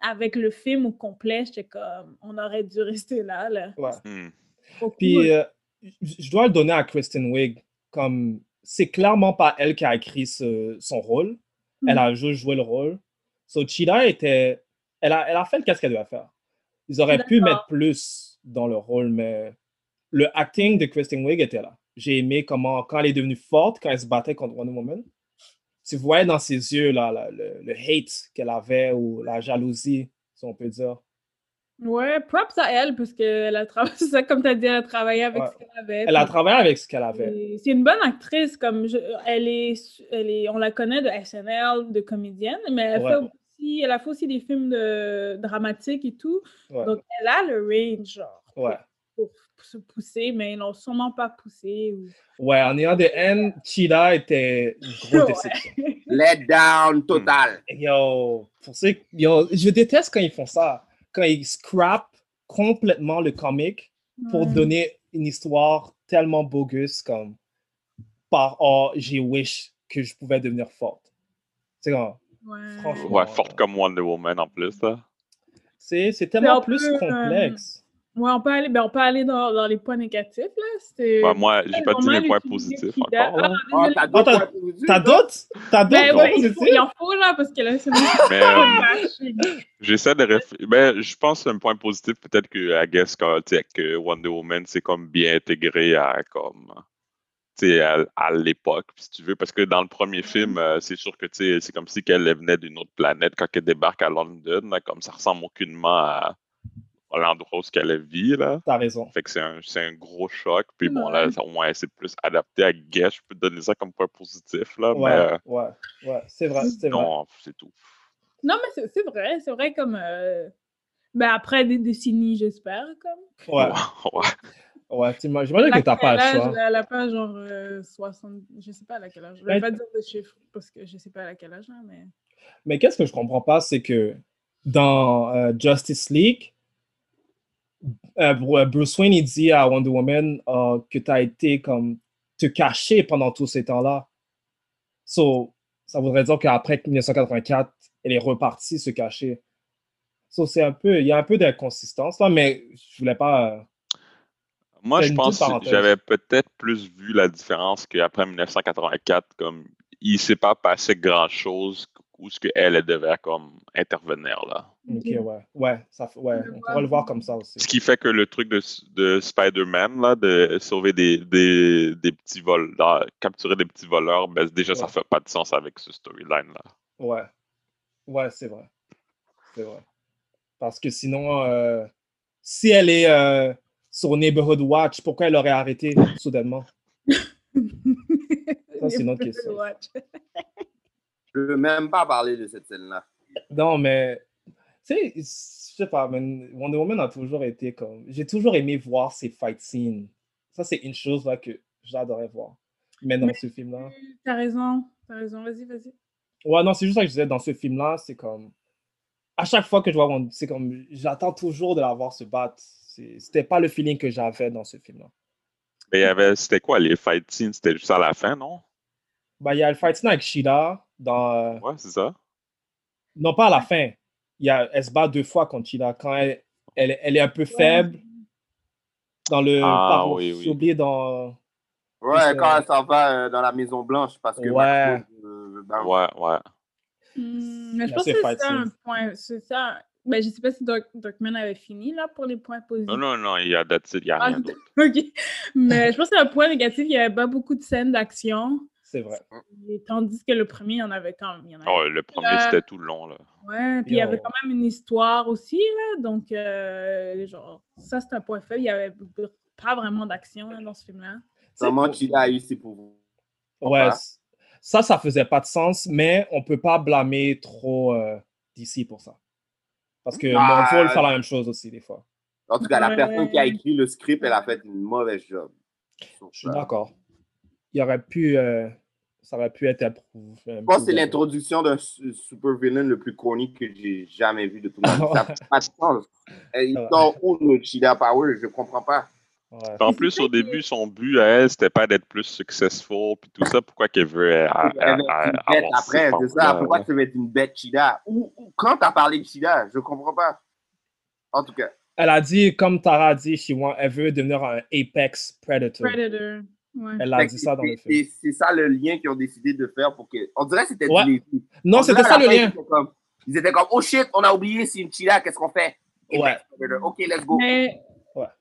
Speaker 5: avec le film au complet, j'étais comme, on aurait dû rester là. là.
Speaker 4: Ouais.
Speaker 5: Trop
Speaker 4: Puis,
Speaker 5: cool.
Speaker 4: euh, je je dois le donner à Kristen Wiig. Comme c'est clairement pas elle qui a écrit ce- son rôle.
Speaker 5: Hmm.
Speaker 4: Elle a juste joué le rôle. So, Chida était. Elle a, elle a fait le qu'est-ce qu'elle devait faire. Ils auraient pu
Speaker 5: D'accord.
Speaker 4: mettre plus dans le rôle, mais le acting de Kristen Wiig était là. J'ai aimé comment, quand elle est devenue forte, quand elle se battait contre Wonder Woman, tu voyais dans ses yeux là, la- le, le hate qu'elle avait ou la jalousie, si on peut dire.
Speaker 5: Ouais, props à elle, parce qu'elle a travaillé, c'est ça, comme tu as dit, elle a travaillé avec
Speaker 4: Ouais.
Speaker 5: ce qu'elle avait.
Speaker 4: Elle a
Speaker 5: puis-
Speaker 4: travaillé avec ce qu'elle avait.
Speaker 5: Et C'est une bonne actrice, comme je- elle est, elle est, on la connaît de SNL, de comédienne, mais elle,
Speaker 4: Ouais.
Speaker 5: fait aussi, elle a fait aussi des films de, dramatiques et tout.
Speaker 4: Ouais.
Speaker 5: Donc elle a le range, genre,
Speaker 4: Ouais.
Speaker 5: pour, pour se pousser, mais ils l'ont sûrement pas poussé. ou-
Speaker 4: Ouais, en ayant des haines, Chida était une grosse déception.
Speaker 6: Let down total.
Speaker 4: Yo, pour ceux, yo, je déteste quand ils font ça. Quand ils scrapent complètement le comic pour
Speaker 5: Ouais.
Speaker 4: donner une histoire tellement bogus comme par oh, j'ai wish que je pouvais devenir forte. C'est comme, franchement, euh,
Speaker 3: Ouais, forte comme Wonder Woman en plus, là.
Speaker 4: c'est c'est tellement
Speaker 5: on
Speaker 4: plus
Speaker 5: peut, euh,
Speaker 4: complexe.
Speaker 5: Ouais, on peut aller, ben, on peut aller dans, dans les points négatifs, là. c'était-
Speaker 3: Ouais, moi, j'ai pas dit
Speaker 5: vraiment
Speaker 3: les points
Speaker 5: l'utilité
Speaker 3: positifs
Speaker 5: qu'il a.
Speaker 3: encore, là.
Speaker 5: Ah,
Speaker 6: Oh,
Speaker 5: désolé.
Speaker 4: Ah, t'as- T'as d'autres? T'as d'autres?
Speaker 5: Ben
Speaker 4: points
Speaker 5: ouais, il, faut,
Speaker 4: positifs? Ah,
Speaker 5: il en faut, là, parce que là, c'est
Speaker 3: Mais, euh,
Speaker 5: bon.
Speaker 3: J'essaie de réfléchir. Ben, je pense un point positif, peut-être que, I guess, que, tu sais, que Wonder Woman, c'est comme bien intégré à, comme, tu sais, à, à l'époque, si tu veux. Parce que dans le premier film, euh, c'est sûr que, tu sais, c'est comme si qu'elle venait d'une autre planète quand elle débarque à London, là, comme ça ressemble aucunement à, à l'endroit où ce qu'elle vit, là.
Speaker 4: T'as raison.
Speaker 3: Fait que c'est un, c'est un gros choc. Puis bon, là, au moins, c'est plus adapté à Guess. Je peux te donner ça comme point positif, là.
Speaker 4: Ouais,
Speaker 3: mais, euh,
Speaker 4: ouais, ouais, c'est vrai, c'est vrai.
Speaker 3: non, c'est tout.
Speaker 5: Non, mais c'est- c'est vrai, c'est vrai comme. euh, Ben après des décennies, j'espère, comme.
Speaker 4: Ouais,
Speaker 3: Ah, ouais.
Speaker 4: ouais tu m'as- j'imagine que t'as pas
Speaker 5: Laquelle
Speaker 4: le
Speaker 5: âge,
Speaker 4: choix.
Speaker 5: Elle a pas genre euh, 60. Je sais pas à quel âge. Je
Speaker 4: Ben-
Speaker 5: vais pas dire de chiffres parce que je sais pas à quel âge, hein, mais.
Speaker 4: Mais qu'est-ce que je comprends pas, c'est que dans euh, Justice League, euh, Bru- euh, Bruce Wayne il dit à Wonder Woman euh, que tu as été comme te cacher pendant tous ces temps-là. So, ça voudrait dire qu'après 1984, elle est repartie se cacher. So, c'est un peu, il y a un peu d'inconsistance là, mais je voulais pas. euh,
Speaker 3: Moi,
Speaker 4: T'as
Speaker 3: je
Speaker 4: une
Speaker 3: pense
Speaker 4: petite
Speaker 3: que
Speaker 4: parenthèse.
Speaker 3: j'avais peut-être plus vu la différence qu'après 1984, comme il ne s'est pas passé grand-chose où ce qu'elle elle devait comme intervenir là.
Speaker 4: Ok, ouais, ouais, ça, f- ouais, on pourrait le voir comme ça aussi.
Speaker 3: Ce qui fait que le truc de, de Spider-Man, là, de sauver des, des, des petits voleurs, capturer des petits voleurs, ben, déjà, ça
Speaker 4: Ouais.
Speaker 3: fait pas de sens avec ce storyline-là.
Speaker 4: Ouais. Ouais, c'est vrai. C'est vrai. Parce que sinon, euh, si elle est euh, sur Neighborhood Watch, pourquoi elle aurait arrêté soudainement? Ça, c'est une autre question.
Speaker 6: Je veux même pas parler de cette scène-là.
Speaker 4: Non, mais tu sais, je sais pas, man, Wonder Woman a toujours été comme. J'ai toujours aimé voir ses fight scenes. Ça, c'est une chose là, que j'adorais voir. Mais dans
Speaker 5: Mais-
Speaker 4: ce film-là.
Speaker 5: T'as raison, t'as raison, vas-y, vas-y.
Speaker 4: Ouais, non, c'est juste ça que je disais. Dans ce film-là, c'est comme. À chaque fois que je vois Wonder- c'est comme. J'attends toujours de la voir se battre. C'est- C'était pas le feeling que j'avais dans ce film-là.
Speaker 3: Mais il y avait, c'était quoi les fight scenes? C'était juste à la fin, non?
Speaker 4: Bah, il y a le fight scene avec Sheila. Dans, euh,
Speaker 3: Ouais, c'est ça.
Speaker 4: Non, pas à la fin. Il y a, elle se bat deux fois contre Sheila. Quand elle, elle, elle est un peu faible. Dans le.
Speaker 6: Ah,
Speaker 4: par-
Speaker 6: oui, oui.
Speaker 4: j'ai oublié dans.
Speaker 6: Ouais,
Speaker 4: Puis,
Speaker 6: quand
Speaker 4: euh,
Speaker 6: elle s'en va euh, dans la Maison Blanche parce que. euh, ben,
Speaker 4: Ouais.
Speaker 6: Ah.
Speaker 3: Ouais, ouais.
Speaker 5: Hmm, mais je
Speaker 4: Là,
Speaker 5: pense
Speaker 4: c'est
Speaker 5: que c'est
Speaker 4: fight
Speaker 5: ça un
Speaker 4: scene.
Speaker 5: point. C'est ça. Ben, je sais pas si Doc, Docman avait fini là pour les points positifs.
Speaker 3: Non, non, non, il y a, that's it, il y a
Speaker 5: Ah,
Speaker 3: rien d'autre.
Speaker 5: Ok. Mais je pense que le point négatif, il n'y avait pas beaucoup de scènes d'action.
Speaker 4: C'est vrai.
Speaker 5: Et Tandis que le premier, il y en avait quand même. Il y en avait.
Speaker 3: Oh, le premier,
Speaker 5: Euh,
Speaker 3: c'était tout le long, là.
Speaker 5: Ouais, Hein, puis il y avait
Speaker 4: Yo.
Speaker 5: quand même une histoire aussi, là. Donc, euh, genre, ça, c'est un point faible. Il n'y avait pas vraiment d'action là, dans ce film-là.
Speaker 6: Comment Chila a eu ses pouvoirs?
Speaker 4: Ouais,
Speaker 6: Voilà.
Speaker 4: c- ça, ça faisait pas de sens, mais on peut pas blâmer trop euh, DC pour ça. Parce que
Speaker 6: Ah.
Speaker 4: Marvel fait la même chose aussi, des fois.
Speaker 6: En tout cas, la
Speaker 4: Ouais.
Speaker 6: personne qui a écrit le script, elle a fait une mauvaise job. euh,
Speaker 4: Je suis d'accord. Il aurait pu. euh, ça aurait pu être approuvé.
Speaker 6: Je pense que c'est l'introduction d'un su- super villain le plus corny que j'ai jamais vu de tout le monde. Ça n'a pas de sens. Et Ils sont où le Chida Power? Je comprends pas.
Speaker 3: Puis En plus, au début, son but à elle, c'était pas d'être plus successful puis tout ça. Pourquoi qu'elle veut euh, à- à-
Speaker 6: Elle va
Speaker 3: à-
Speaker 6: être une
Speaker 3: avoir
Speaker 6: bête
Speaker 3: ces
Speaker 6: après, c'est ça.
Speaker 3: formes-là,
Speaker 6: Pourquoi
Speaker 3: ouais.
Speaker 6: tu veux être une bête Chida? Ou, ou quand t'as parlé de Chida? Je comprends pas. En tout cas,
Speaker 4: Elle a dit, comme Tara a dit, she want- elle veut devenir un Apex Predator.
Speaker 5: Predator. Ouais.
Speaker 4: Elle a
Speaker 6: Fait que
Speaker 4: dit ça dans
Speaker 6: c'est-
Speaker 4: le
Speaker 6: c'est- C'est ça le lien qu'ils ont décidé de faire pour que. On dirait que c'était
Speaker 4: Ouais.
Speaker 6: du Lévis.
Speaker 4: Non,
Speaker 6: On
Speaker 4: c'était
Speaker 6: dirait à
Speaker 4: ça le
Speaker 6: la fin,
Speaker 4: lien.
Speaker 6: Ils étaient, comme, ils étaient comme, oh shit, on a oublié, c'est une chila, qu'est-ce qu'on fait? Et
Speaker 4: Ouais.
Speaker 6: ben, Ok, let's go.
Speaker 5: Mais,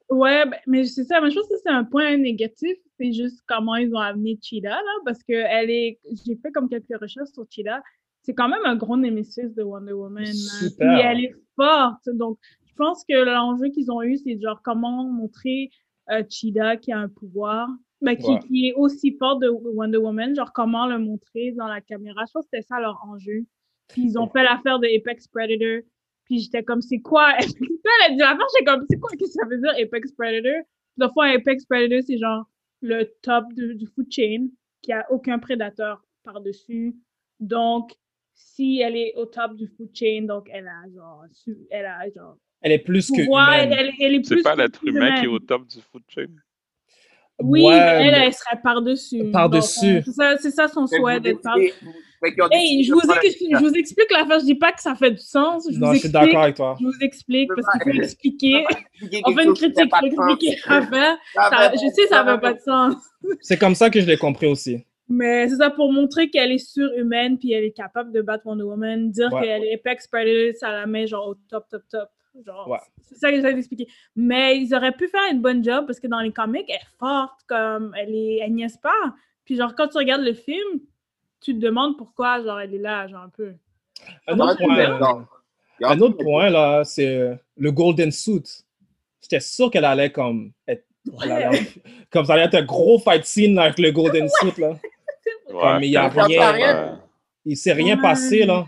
Speaker 4: ouais.
Speaker 5: ben, mais c'est ça. Mais je pense que c'est un point négatif. C'est juste comment ils ont amené Chida, là, parce que elle est. J'ai fait comme quelques recherches sur Chida. C'est quand même un gros némésis de Wonder Woman. là.
Speaker 4: Super.
Speaker 5: Puis elle est forte. Donc, je pense que l'enjeu qu'ils ont eu, c'est genre comment montrer euh, Chida qui a un pouvoir, ben, qui,
Speaker 4: Ouais.
Speaker 5: qui est aussi forte de Wonder Woman, genre comment le montrer dans la caméra. Je pense que c'était ça leur enjeu. Puis ils ont fait l'affaire de Apex Predator. Puis j'étais comme, c'est quoi? Apex Predator? Elle a dit l'affaire, j'étais comme, c'est quoi? Qu'est-ce que ça veut dire Apex Predator? Des fois, Apex Predator, c'est genre le top du, du food chain qui a aucun prédateur par-dessus. Donc, si elle est au top du food chain, donc elle a genre, su- elle a genre,
Speaker 4: Elle est plus que
Speaker 5: pouvoir,
Speaker 4: humaine.
Speaker 5: elle, elle, elle est plus
Speaker 3: C'est pas
Speaker 5: que
Speaker 3: l'être humain qui est
Speaker 5: humaine.
Speaker 3: au top du food chain.
Speaker 5: Oui,
Speaker 4: Ouais,
Speaker 5: mais elle,
Speaker 4: mais-
Speaker 5: elle serait par-dessus. Donc,
Speaker 4: Par-dessus.
Speaker 5: euh, C'est ça, c'est ça son
Speaker 6: Fait que
Speaker 5: souhait
Speaker 6: vous
Speaker 5: d'être par
Speaker 6: décidez- fait qu'ils ont décidé
Speaker 5: Hey, je,
Speaker 6: de
Speaker 5: vous
Speaker 6: prendre la
Speaker 5: explique,
Speaker 6: Chila.
Speaker 5: je vous explique l'affaire, je dis pas que ça fait du sens. Je
Speaker 4: Non,
Speaker 5: vous
Speaker 4: je suis
Speaker 5: explique,
Speaker 4: d'accord avec toi.
Speaker 5: je vous explique parce qu'il faut
Speaker 6: Je
Speaker 5: expliquer.
Speaker 6: Expliquer
Speaker 5: On
Speaker 6: quelque
Speaker 5: fait une
Speaker 6: chose qui fait
Speaker 5: critique,
Speaker 6: pas
Speaker 5: faut
Speaker 6: de sens.
Speaker 5: expliquer l'affaire.
Speaker 6: Ça
Speaker 5: Ça-
Speaker 6: va-
Speaker 5: Je sais, ça fait pas de sens.
Speaker 4: C'est comme ça que je l'ai compris aussi.
Speaker 5: Mais c'est ça pour montrer qu'elle est surhumaine puis elle est capable de battre Wonder Woman. Dire
Speaker 4: Ouais.
Speaker 5: qu'elle est Apex Predator, ça la met genre au top, top, top. Genre,
Speaker 4: Ouais.
Speaker 5: C'est ça que j'essaie d'expliquer. Mais ils auraient pu faire une bonne job parce que dans les comics, elle est forte, comme elle est, elle niaise pas. Puis genre, quand tu regardes le film, tu te demandes pourquoi genre elle est là, genre un peu.
Speaker 4: Un autre
Speaker 6: Ça va être
Speaker 4: point,
Speaker 6: dedans. Il y a
Speaker 4: un autre point là, c'est euh, le Golden Suit. J'étais sûr qu'elle allait comme être. elle allait en- Comme ça allait être un gros fight scene avec le Golden Suit là. Comme il y a
Speaker 6: Ça ressemble
Speaker 4: rien.
Speaker 6: à rien.
Speaker 3: Ouais.
Speaker 4: Il s'est rien
Speaker 5: Ouais.
Speaker 4: passé là.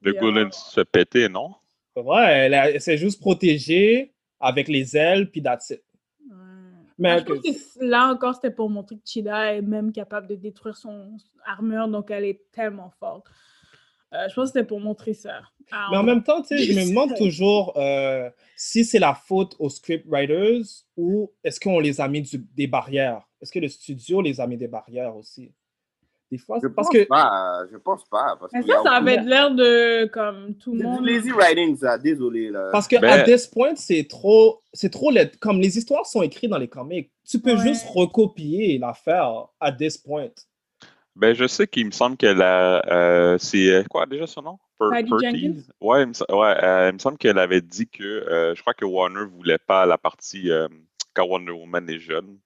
Speaker 3: Le
Speaker 5: Yeah.
Speaker 3: Golden se fait péter, non?
Speaker 4: Ouais, elle, a- elle s'est juste protégée avec les ailes, puis that's it. Mais
Speaker 5: Ah, je pense
Speaker 4: que-
Speaker 5: que là encore, c'était pour montrer que Chida est même capable de détruire son son armure, donc elle est tellement forte. Euh, je pense que c'était pour montrer ça. Ah,
Speaker 4: Mais en
Speaker 5: on-
Speaker 4: même temps, tu sais, je me demande toujours euh, si c'est la faute aux script writers ou est-ce qu'on les a mis du- des barrières? Est-ce que le studio les a mis des barrières aussi? Des fois,
Speaker 6: Je
Speaker 4: c'est parce
Speaker 6: pense
Speaker 4: que
Speaker 6: pas. Je pense pas. Parce
Speaker 5: Mais
Speaker 6: qu'il y
Speaker 5: ça,
Speaker 6: a
Speaker 5: ça avait
Speaker 4: aucun-
Speaker 5: l'air de comme tout
Speaker 6: C'est
Speaker 5: le
Speaker 6: du
Speaker 5: monde.
Speaker 6: lazy writing, ça. Désolé. Là.
Speaker 4: parce que
Speaker 3: Ben-
Speaker 4: à this point, c'est trop, c'est trop laid. Comme les histoires sont écrites dans les comics, tu peux
Speaker 5: Ouais.
Speaker 4: juste recopier l'affaire à this point.
Speaker 3: Ben, je sais qu'il me semble qu'elle a. euh, c'est euh, quoi déjà son nom? Per-
Speaker 5: Patty Jenkins?
Speaker 3: Ouais, il me, se- ouais, euh, il me semble qu'elle avait dit que. euh, je crois que Warner voulait pas la partie euh, quand Wonder Woman est jeune.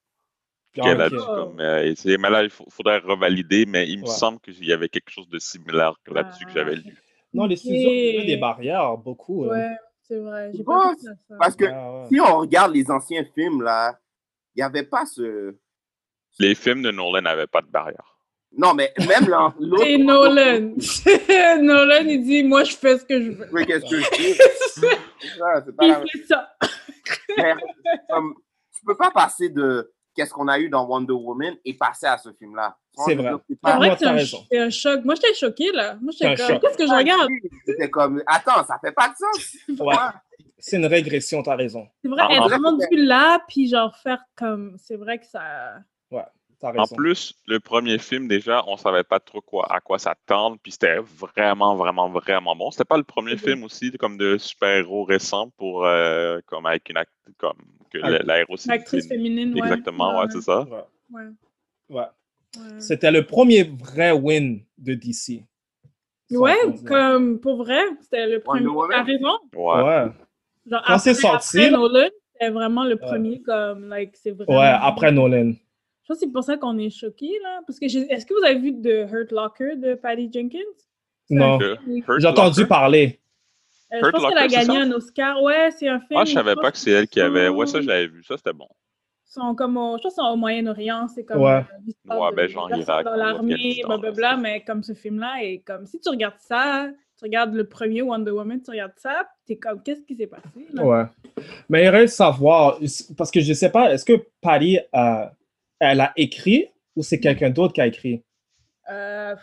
Speaker 4: Puis,
Speaker 3: qu'elle
Speaker 4: ah,
Speaker 3: a
Speaker 4: ok.
Speaker 3: dit comme. euh, et c'est- mais là, il faut- faudrait revalider, mais il me
Speaker 4: Ouais.
Speaker 3: semble qu'il y avait quelque chose de similaire que là-dessus que
Speaker 5: Ah.
Speaker 3: j'avais lu.
Speaker 4: Non, les studios
Speaker 5: Ok.
Speaker 4: ont mis des barrières, beaucoup. là.
Speaker 5: Ouais, c'est vrai. Euh, J'ai
Speaker 6: Je
Speaker 5: pas
Speaker 6: pense,
Speaker 5: pensé à ça.
Speaker 6: parce que
Speaker 4: Ah, ouais.
Speaker 6: si on regarde les anciens films, là, il n'y avait pas ce.
Speaker 3: Les films de Nolan n'avaient pas de barrière.
Speaker 6: Non, mais même là, l'autre.
Speaker 5: C'est Nolan. Nolan, il dit Moi, je fais ce que je veux.
Speaker 6: Oui, qu'est-ce que je dis? Ouais, c'est pas la même
Speaker 5: Il fait ça.
Speaker 6: Mais, comme, tu peux pas passer de qu'est-ce qu'on a eu dans Wonder Woman et passer à ce film-là.
Speaker 4: C'est vrai.
Speaker 6: C'est
Speaker 5: C'est
Speaker 4: Ah,
Speaker 6: pas-
Speaker 5: vrai
Speaker 4: moi,
Speaker 5: que c'est
Speaker 4: t'as
Speaker 5: un,
Speaker 4: raison.
Speaker 5: c'est un choc. Moi, j'étais choquée, là. Moi, j'étais
Speaker 4: C'est un
Speaker 5: comme
Speaker 4: choc.
Speaker 5: Qu'est-ce que je regarde
Speaker 6: C'était comme, attends, ça fait pas de sens.
Speaker 4: Ouais. C'est une régression, t'as raison.
Speaker 5: C'est vrai,
Speaker 3: En-
Speaker 5: être
Speaker 6: en-
Speaker 5: rendu là, puis genre faire comme. C'est vrai que ça.
Speaker 4: T'as
Speaker 3: En
Speaker 4: raison.
Speaker 3: plus, le premier film, déjà, on savait pas trop quoi, à quoi s'attendre, puis c'était vraiment, vraiment, vraiment bon. C'était pas le
Speaker 5: Mhm.
Speaker 3: premier film aussi, comme de super-héros récent pour, euh, comme avec une act- comme que
Speaker 4: Ah,
Speaker 3: l- l'aéro c'est-
Speaker 5: L'actrice
Speaker 3: c'est-
Speaker 5: féminine, ouais.
Speaker 3: Exactement, ouais, c'est ça.
Speaker 4: Ouais.
Speaker 5: Ouais,
Speaker 4: Ouais.
Speaker 5: ouais.
Speaker 4: C'était le premier vrai win de DC.
Speaker 5: Ouais,
Speaker 4: Sans doute.
Speaker 5: comme pour vrai, c'était le premier.
Speaker 6: Woman.
Speaker 5: T'as raison.
Speaker 3: Ouais.
Speaker 4: Ouais.
Speaker 5: Genre,
Speaker 4: Quand c'est
Speaker 5: après,
Speaker 4: sorti,
Speaker 5: après
Speaker 4: là-
Speaker 5: Nolan, c'était vraiment le premier, comme, like, c'est vraiment.
Speaker 4: Ouais, après Nolan.
Speaker 5: Je pense que c'est pour ça qu'on est choqués, là. Parce que, j'ai- est-ce que vous avez vu The Hurt Locker de Patty Jenkins? C'est
Speaker 4: Non.
Speaker 5: un
Speaker 3: Que-
Speaker 5: film-
Speaker 3: Hurt
Speaker 4: J'ai entendu
Speaker 3: Locker?
Speaker 4: parler.
Speaker 5: Euh,
Speaker 3: Hurt
Speaker 5: je pense qu'elle a
Speaker 3: Locker, c'est
Speaker 5: gagné
Speaker 3: ça?
Speaker 5: un Oscar. Ouais, c'est un film.
Speaker 3: Ah, je savais
Speaker 5: pense
Speaker 3: pas que c'est elle qui
Speaker 5: qu'ils
Speaker 3: avait.
Speaker 5: sont-
Speaker 3: ben, Ouais, ça, je l'avais vu. Ça, c'était bon.
Speaker 5: sont comme au, je pense qu'ils sont au Moyen-Orient, c'est comme
Speaker 4: Ouais.
Speaker 5: euh, l'histoire
Speaker 3: Ouais,
Speaker 5: de-
Speaker 3: ben,
Speaker 5: des
Speaker 3: genre
Speaker 5: personnes
Speaker 3: Irak
Speaker 5: dans
Speaker 3: ou
Speaker 5: l'armée,
Speaker 3: Afghanistan, là,
Speaker 5: blablabla,
Speaker 3: c'est-
Speaker 5: mais comme ce film-là est comme si tu regardes ça, tu regardes le premier Wonder Woman, tu regardes ça, t'es comme qu'est-ce qui s'est passé là?
Speaker 4: Ouais. Mais il reste savoir, parce que je sais pas, est-ce que Paris, euh, elle a écrit ou c'est quelqu'un d'autre qui a écrit?
Speaker 5: Euh,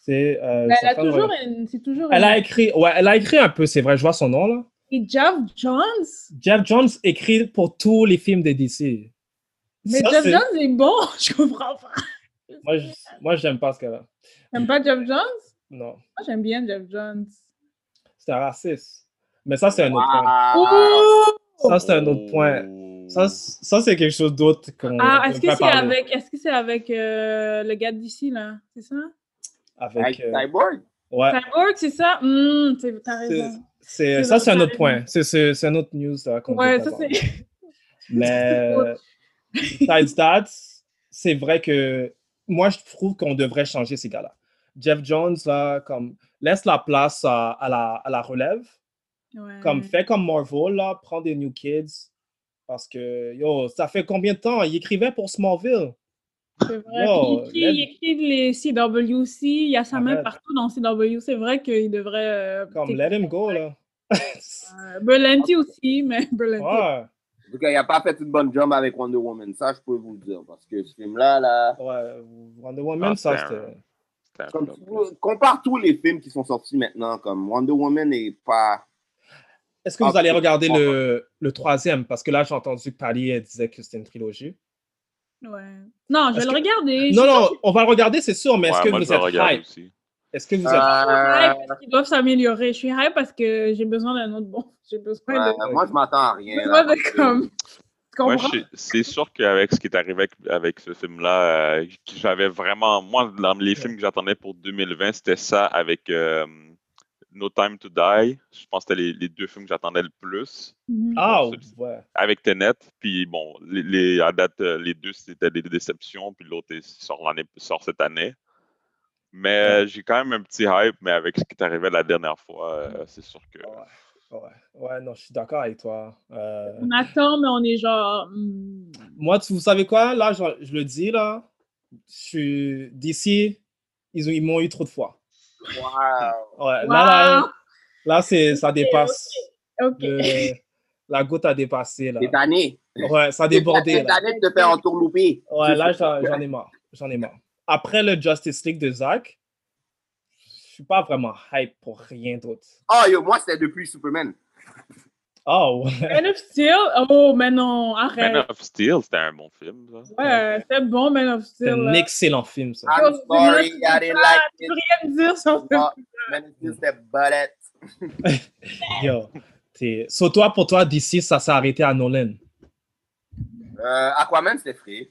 Speaker 4: C'est, euh,
Speaker 5: elle
Speaker 4: sa
Speaker 5: a
Speaker 4: femme,
Speaker 5: toujours,
Speaker 4: ouais.
Speaker 5: une- c'est toujours.
Speaker 4: Elle a
Speaker 5: une-
Speaker 4: écrit, ouais, elle a écrit un peu, c'est vrai, je vois son nom là.
Speaker 5: Et Jeff Jones,
Speaker 4: Jeff Jones écrit pour tous les films de DC.
Speaker 5: mais
Speaker 4: Ça,
Speaker 5: Jeff
Speaker 4: c'est-
Speaker 5: Jones est bon, je comprends pas.
Speaker 4: Moi, je- moi, j'aime pas ce qu'elle a.
Speaker 5: T'aimes pas Jeff Jones Moi
Speaker 4: Non,
Speaker 5: j'aime bien Jeff Jones.
Speaker 4: c'est un raciste. Mais ça, c'est un autre point.
Speaker 6: Ah,
Speaker 5: Ouh!
Speaker 3: Oh.
Speaker 4: Ça, c'est un autre point. Ça, c- ça, c'est quelque chose d'autre qu'on
Speaker 5: Ah,
Speaker 4: qu'on
Speaker 5: est-ce que
Speaker 4: peut
Speaker 5: c'est
Speaker 4: parler.
Speaker 5: avec, est -ce avec euh, le gars d'ici, là? C'est ça?
Speaker 4: Avec, euh,
Speaker 6: Cyborg?
Speaker 4: Ouais.
Speaker 5: Cyborg, c'est ça? Hum, t'es- t'as raison.
Speaker 4: C'est-
Speaker 5: C'est
Speaker 4: ça,
Speaker 5: vrai,
Speaker 4: c'est un
Speaker 5: t'as
Speaker 4: autre point. C'est- C'est c'est un autre news là, qu'on
Speaker 5: Ouais,
Speaker 4: peut
Speaker 5: ça,
Speaker 4: aborder.
Speaker 5: c'est.
Speaker 4: Mais besides that, c'est vrai que moi, je trouve qu'on devrait changer ces gars-là. Jeff Jones, là, comme, laisse la place à, à la, à la relève.
Speaker 5: Ouais.
Speaker 4: Comme, fais comme Marvel, là, prends des New Kids. Parce que, yo, ça fait combien de temps? Il écrivait pour Smallville.
Speaker 5: C'est vrai.
Speaker 4: Yo,
Speaker 5: Puis il, écrit, il écrit les CWC, il y a sa main
Speaker 4: Arrête.
Speaker 5: partout dans CW. C'est vrai qu'il devrait. euh,
Speaker 4: Comme,
Speaker 5: peut-être-
Speaker 4: let him go, là.
Speaker 5: euh, Berlanti aussi, mais Berlanti.
Speaker 4: Ouais.
Speaker 6: En tout cas, il n'a pas fait une bonne job avec Wonder Woman. Ça, je peux vous le dire. Parce que ce film-là, là.
Speaker 4: Ouais, Wonder Woman,
Speaker 6: Ah,
Speaker 4: ça,
Speaker 6: c'est un-
Speaker 4: c'était.
Speaker 6: Comme tu vois, compare tous les films qui sont sortis maintenant, comme Wonder Woman n'est pas.
Speaker 4: Est-ce que
Speaker 3: Ah,
Speaker 4: vous allez regarder le, le troisième? Parce que là, j'ai entendu que Pali elle disait que c'était une trilogie.
Speaker 5: Ouais. Non, je vais
Speaker 4: Est-ce
Speaker 5: le
Speaker 4: que-
Speaker 5: regarder.
Speaker 4: Non, non, on va le regarder, c'est sûr, mais
Speaker 3: Ouais,
Speaker 4: est-ce que
Speaker 3: moi, je Euh,
Speaker 4: vous
Speaker 3: le regarde
Speaker 4: êtes hype?
Speaker 3: aussi.
Speaker 4: Est-ce que vous
Speaker 5: Je suis hype
Speaker 4: êtes
Speaker 5: parce qu'ils doivent s'améliorer. Je suis hype parce que j'ai besoin d'un autre bon. J'ai besoin
Speaker 6: Ouais,
Speaker 5: de.
Speaker 6: euh, moi, je m'attends à
Speaker 5: j'ai
Speaker 6: rien.
Speaker 5: besoin
Speaker 6: là.
Speaker 5: de comme. Tu
Speaker 3: Moi,
Speaker 5: comprends?
Speaker 3: je- c'est sûr qu'avec ce qui est arrivé avec, avec ce film-là, euh, que j'avais vraiment. Moi, dans les films que j'attendais pour 2020, c'était ça avec euh, No Time to Die. Je pense que c'était les, les deux films que j'attendais le plus.
Speaker 4: Ah, ouais.
Speaker 3: Avec Tenet, puis bon, les, les- à date, euh, les deux, c'était des déceptions, puis l'autre est- sort, l'année- sort cette année. Mais euh, j'ai quand même un petit hype, mais avec ce qui est arrivé la dernière fois, euh, c'est sûr que.
Speaker 4: Ouais, ouais, non, je suis d'accord avec toi. Euh,
Speaker 5: On attend, mais on est genre. hmm.
Speaker 4: moi, tu, vous savez quoi? Là, je, je le dis, là, je suis d'ici, ils, ont- ils m'ont eu trop de fois.
Speaker 6: Wow.
Speaker 4: Ouais, Là, là,
Speaker 5: Wow.
Speaker 4: là, c'est, ça dépasse.
Speaker 5: Ok.
Speaker 4: le- la goutte a dépassé, là.
Speaker 6: Des années.
Speaker 4: Ouais, ça a débordé,
Speaker 6: Des
Speaker 4: là.
Speaker 6: années de te faire entourlouper.
Speaker 4: Ouais, là, j'en j'en ai marre. J'en ai marre. Après le Justice League de Zach, je suis pas vraiment hype pour rien d'autre.
Speaker 6: Oh, yo, moi, c'était depuis Superman.
Speaker 4: Oh, ouais.
Speaker 5: Man of Steel? Oh, mais non,
Speaker 3: Man
Speaker 5: arrête.
Speaker 3: of Steel, c'était un bon film. ça.
Speaker 5: Ouais, c'était bon, Man of
Speaker 4: c'est
Speaker 5: Steel.
Speaker 4: un
Speaker 5: là.
Speaker 4: excellent film, ça.
Speaker 6: I'm
Speaker 5: Oh,
Speaker 6: sorry,
Speaker 5: c'est
Speaker 6: I didn't
Speaker 5: ça,
Speaker 6: like
Speaker 5: Tu
Speaker 6: it.
Speaker 5: peux rien me dire sur ce
Speaker 6: Oh, Man, it's just a bullet.
Speaker 4: Yo, t'es- So, toi, pour toi, DC, ça s'est arrêté à Nolan.
Speaker 6: Euh, Aquaman, c'était frais.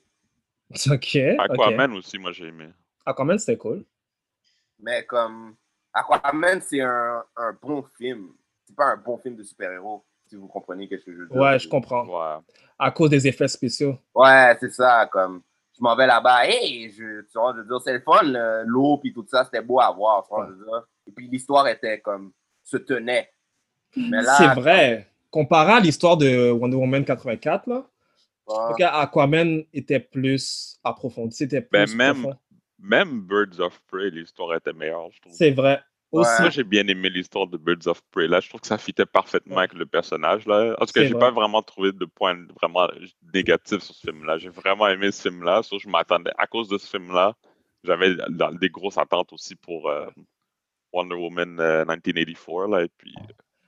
Speaker 4: Ok. ok.
Speaker 3: Aquaman aussi, moi j'ai aimé.
Speaker 4: Aquaman, c'était cool.
Speaker 6: Mais comme Aquaman, c'est un, un bon film. C'est pas un bon film de super-héros, si vous comprenez ce que je veux dire.
Speaker 4: Ouais, je comprends. À cause des effets spéciaux.
Speaker 6: Ouais, c'est ça. Comme je m'en vais là-bas, hey, je, tu vois, je veux dire, c'est le fun, le- l'eau puis tout ça, c'était beau à voir, tu vois, je veux dire. Et puis l'histoire était comme se tenait. Mais là,
Speaker 4: C'est vrai. Comparé à l'histoire de Wonder Woman 84, là,
Speaker 6: comme,
Speaker 4: ok, Aquaman était plus approfondi. C'était
Speaker 3: Ben,
Speaker 4: plus
Speaker 3: même,
Speaker 4: profond.
Speaker 3: même Birds of Prey, l'histoire était meilleure, je trouve.
Speaker 4: C'est vrai. Aussi,
Speaker 3: Moi, j'ai bien aimé l'histoire de Birds of Prey. Là, je trouve que ça fitait parfaitement avec le personnage. Là. En tout cas,
Speaker 4: C'est
Speaker 3: j'ai
Speaker 4: vrai.
Speaker 3: pas vraiment trouvé de point vraiment négatif sur ce film-là. J'ai vraiment aimé ce film-là. Sauf que je m'attendais, à cause de ce film-là, j'avais dans- des grosses attentes aussi pour euh, Wonder Woman euh, 1984. Là, et puis,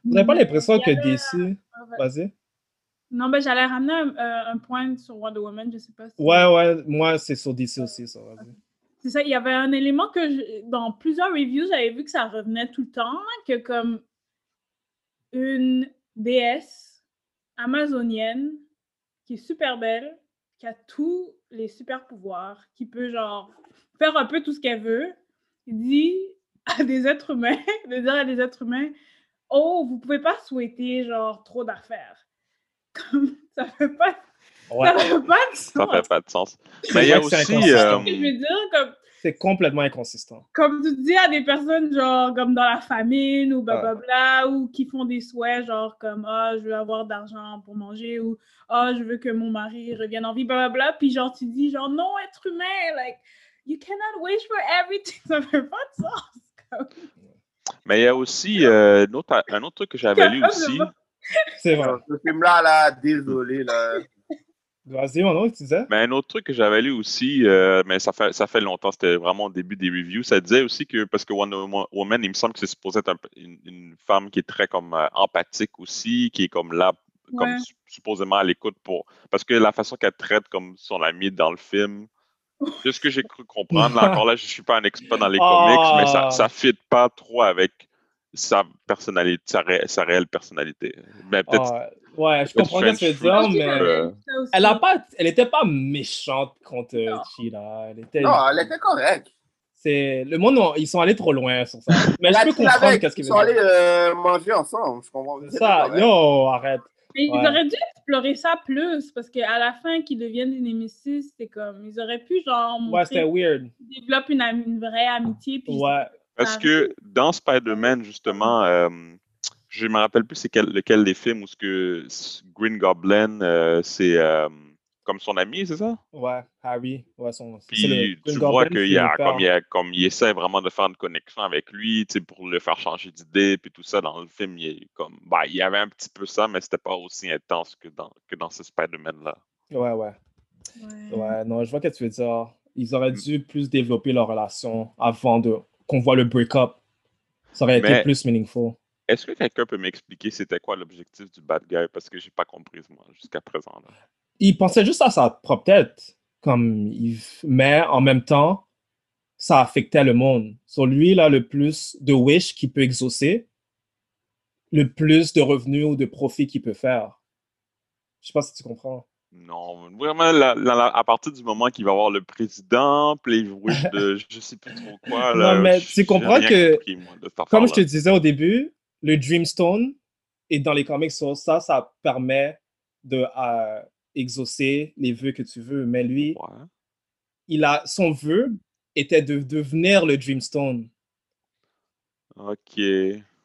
Speaker 4: Vous n'avez pas l'impression que DC. Vas-y.
Speaker 5: Non, ben j'allais ramener un, euh, un point sur Wonder Woman, je sais pas si...
Speaker 4: Ouais, ouais, moi, c'est sur DC aussi, ça. vas-y.
Speaker 5: C'est ça, il y avait un élément que, je- dans plusieurs reviews, j'avais vu que ça revenait tout le temps, hein, que comme une déesse amazonienne qui est super belle, qui a tous les super pouvoirs, qui peut genre faire un peu tout ce qu'elle veut, dit à des êtres humains, de dire à des êtres humains, oh, vous pouvez pas souhaiter genre trop d'affaires. Comme ça fait pas,
Speaker 4: Ouais.
Speaker 5: ça fait pas de
Speaker 3: ça
Speaker 5: sens.
Speaker 3: fait pas de sens.
Speaker 4: C'est
Speaker 3: Mais il y a
Speaker 4: vrai que c'est
Speaker 3: aussi.
Speaker 4: inconsistant.
Speaker 5: Je
Speaker 3: euh,
Speaker 5: veux dire, comme
Speaker 4: C'est complètement inconsistant.
Speaker 5: comme tu dis à des personnes genre comme dans la famine ou
Speaker 4: Ouais.
Speaker 5: blablabla ou qui font des souhaits genre comme ah je veux avoir d'argent pour manger ou ah je veux que mon mari revienne en vie blablabla puis genre tu dis genre non être humain like you cannot wish for everything ça fait pas de sens
Speaker 3: Mais il y a aussi euh, un, autre, un autre truc que j'avais lu
Speaker 5: Capable de
Speaker 3: aussi.
Speaker 5: voir.
Speaker 4: C'est vrai.
Speaker 6: euh, ce film-là, là, désolé, là.
Speaker 4: Vas-y, mon nom, tu disais?
Speaker 3: Mais un autre truc que j'avais lu aussi, euh, mais ça fait, ça fait longtemps, c'était vraiment au début des reviews, ça disait aussi que, parce que Wonder Woman, il me semble que c'est supposé être un peu- une, une femme qui est très comme euh, empathique aussi, qui est comme là, comme
Speaker 5: Ouais.
Speaker 3: su- supposément à l'écoute pour... Parce que la façon qu'elle traite comme son amie dans le film, de ce que j'ai cru comprendre, là, encore là, je suis pas un expert dans les comics, mais ça,
Speaker 4: Ah.
Speaker 3: ça fit pas trop avec sa personnalité, sa, ré- sa réelle personnalité. Mais peut-être
Speaker 4: Ah, Ouais, je
Speaker 3: Le
Speaker 4: comprends ce que tu veux
Speaker 3: French Fruit,
Speaker 4: dire, mais
Speaker 3: euh,
Speaker 4: elle a pas, elle était pas méchante contre Chira. Elle était,
Speaker 6: Non, elle était correcte.
Speaker 4: c'est le monde, on- ils sont allés trop loin sur ça. Mais
Speaker 6: La
Speaker 4: je peux
Speaker 6: team
Speaker 4: comprendre
Speaker 6: avec,
Speaker 4: qu'est-ce qu'ils
Speaker 6: Ils sont
Speaker 4: veulent
Speaker 6: allés
Speaker 4: dire.
Speaker 6: euh, manger ensemble, je comprends.
Speaker 4: C'est Ça, yo, arrête.
Speaker 5: Mais ils
Speaker 4: Ouais.
Speaker 5: auraient dû explorer ça plus parce qu'à la fin, qu'ils deviennent des némésis, c'est comme. Ils auraient pu, genre,
Speaker 4: Ouais,
Speaker 5: montrer
Speaker 4: c'était weird.
Speaker 5: qu'ils développent une, am- une vraie amitié. Puis
Speaker 4: Ouais.
Speaker 3: Parce que dans Spider-Man, justement, euh, je ne me rappelle plus c'est quel, lequel des films où ce que s- Green Goblin, euh, c'est euh, comme son ami, c'est ça?
Speaker 4: Ouais, Harry. Ouais, son, c'est le-
Speaker 3: Puis tu
Speaker 4: Green
Speaker 3: vois
Speaker 4: Goblin,
Speaker 3: qu'il
Speaker 4: c'est
Speaker 3: y a,
Speaker 4: le père.
Speaker 3: comme il y a- comme il essaie vraiment de faire une connexion avec lui, tu sais, pour le faire changer d'idée, puis tout ça dans le film, il est comme, bah, il y avait un petit peu ça, mais c'était pas aussi intense que dans, que dans ce Spider-Man-là.
Speaker 4: Ouais, ouais. Ouais, non, je vois que tu veux dire. Ils
Speaker 3: Mm.
Speaker 4: auraient dû plus développer leur relation avant de qu'on voit le break-up. Ça aurait été
Speaker 3: Mais-
Speaker 4: plus meaningful.
Speaker 3: Est-ce que quelqu'un peut m'expliquer c'était quoi l'objectif du bad guy? Parce que j'ai pas compris, moi, jusqu'à présent. là.
Speaker 4: Il pensait juste à sa propre tête. Comme il... Mais en même temps, ça affectait le monde. Sur lui, là, le plus de wish qu'il peut exaucer, le plus de revenus ou de profits qu'il peut faire. Je sais pas si tu comprends.
Speaker 3: Non, vraiment, la- la- la- à partir du moment qu'il va avoir le président, puis les wish de je sais plus trop quoi. Là,
Speaker 4: non, mais
Speaker 3: j-
Speaker 4: tu comprends
Speaker 3: j'ai rien
Speaker 4: que,
Speaker 3: compris, moi, de cette
Speaker 4: comme je te
Speaker 3: affaire-là.
Speaker 4: disais au début, le Dreamstone, et dans les comics, ça, ça, ça permet de euh, exaucer les vœux que tu veux. Mais lui, il a, son vœu était de devenir le Dreamstone.
Speaker 3: Ok.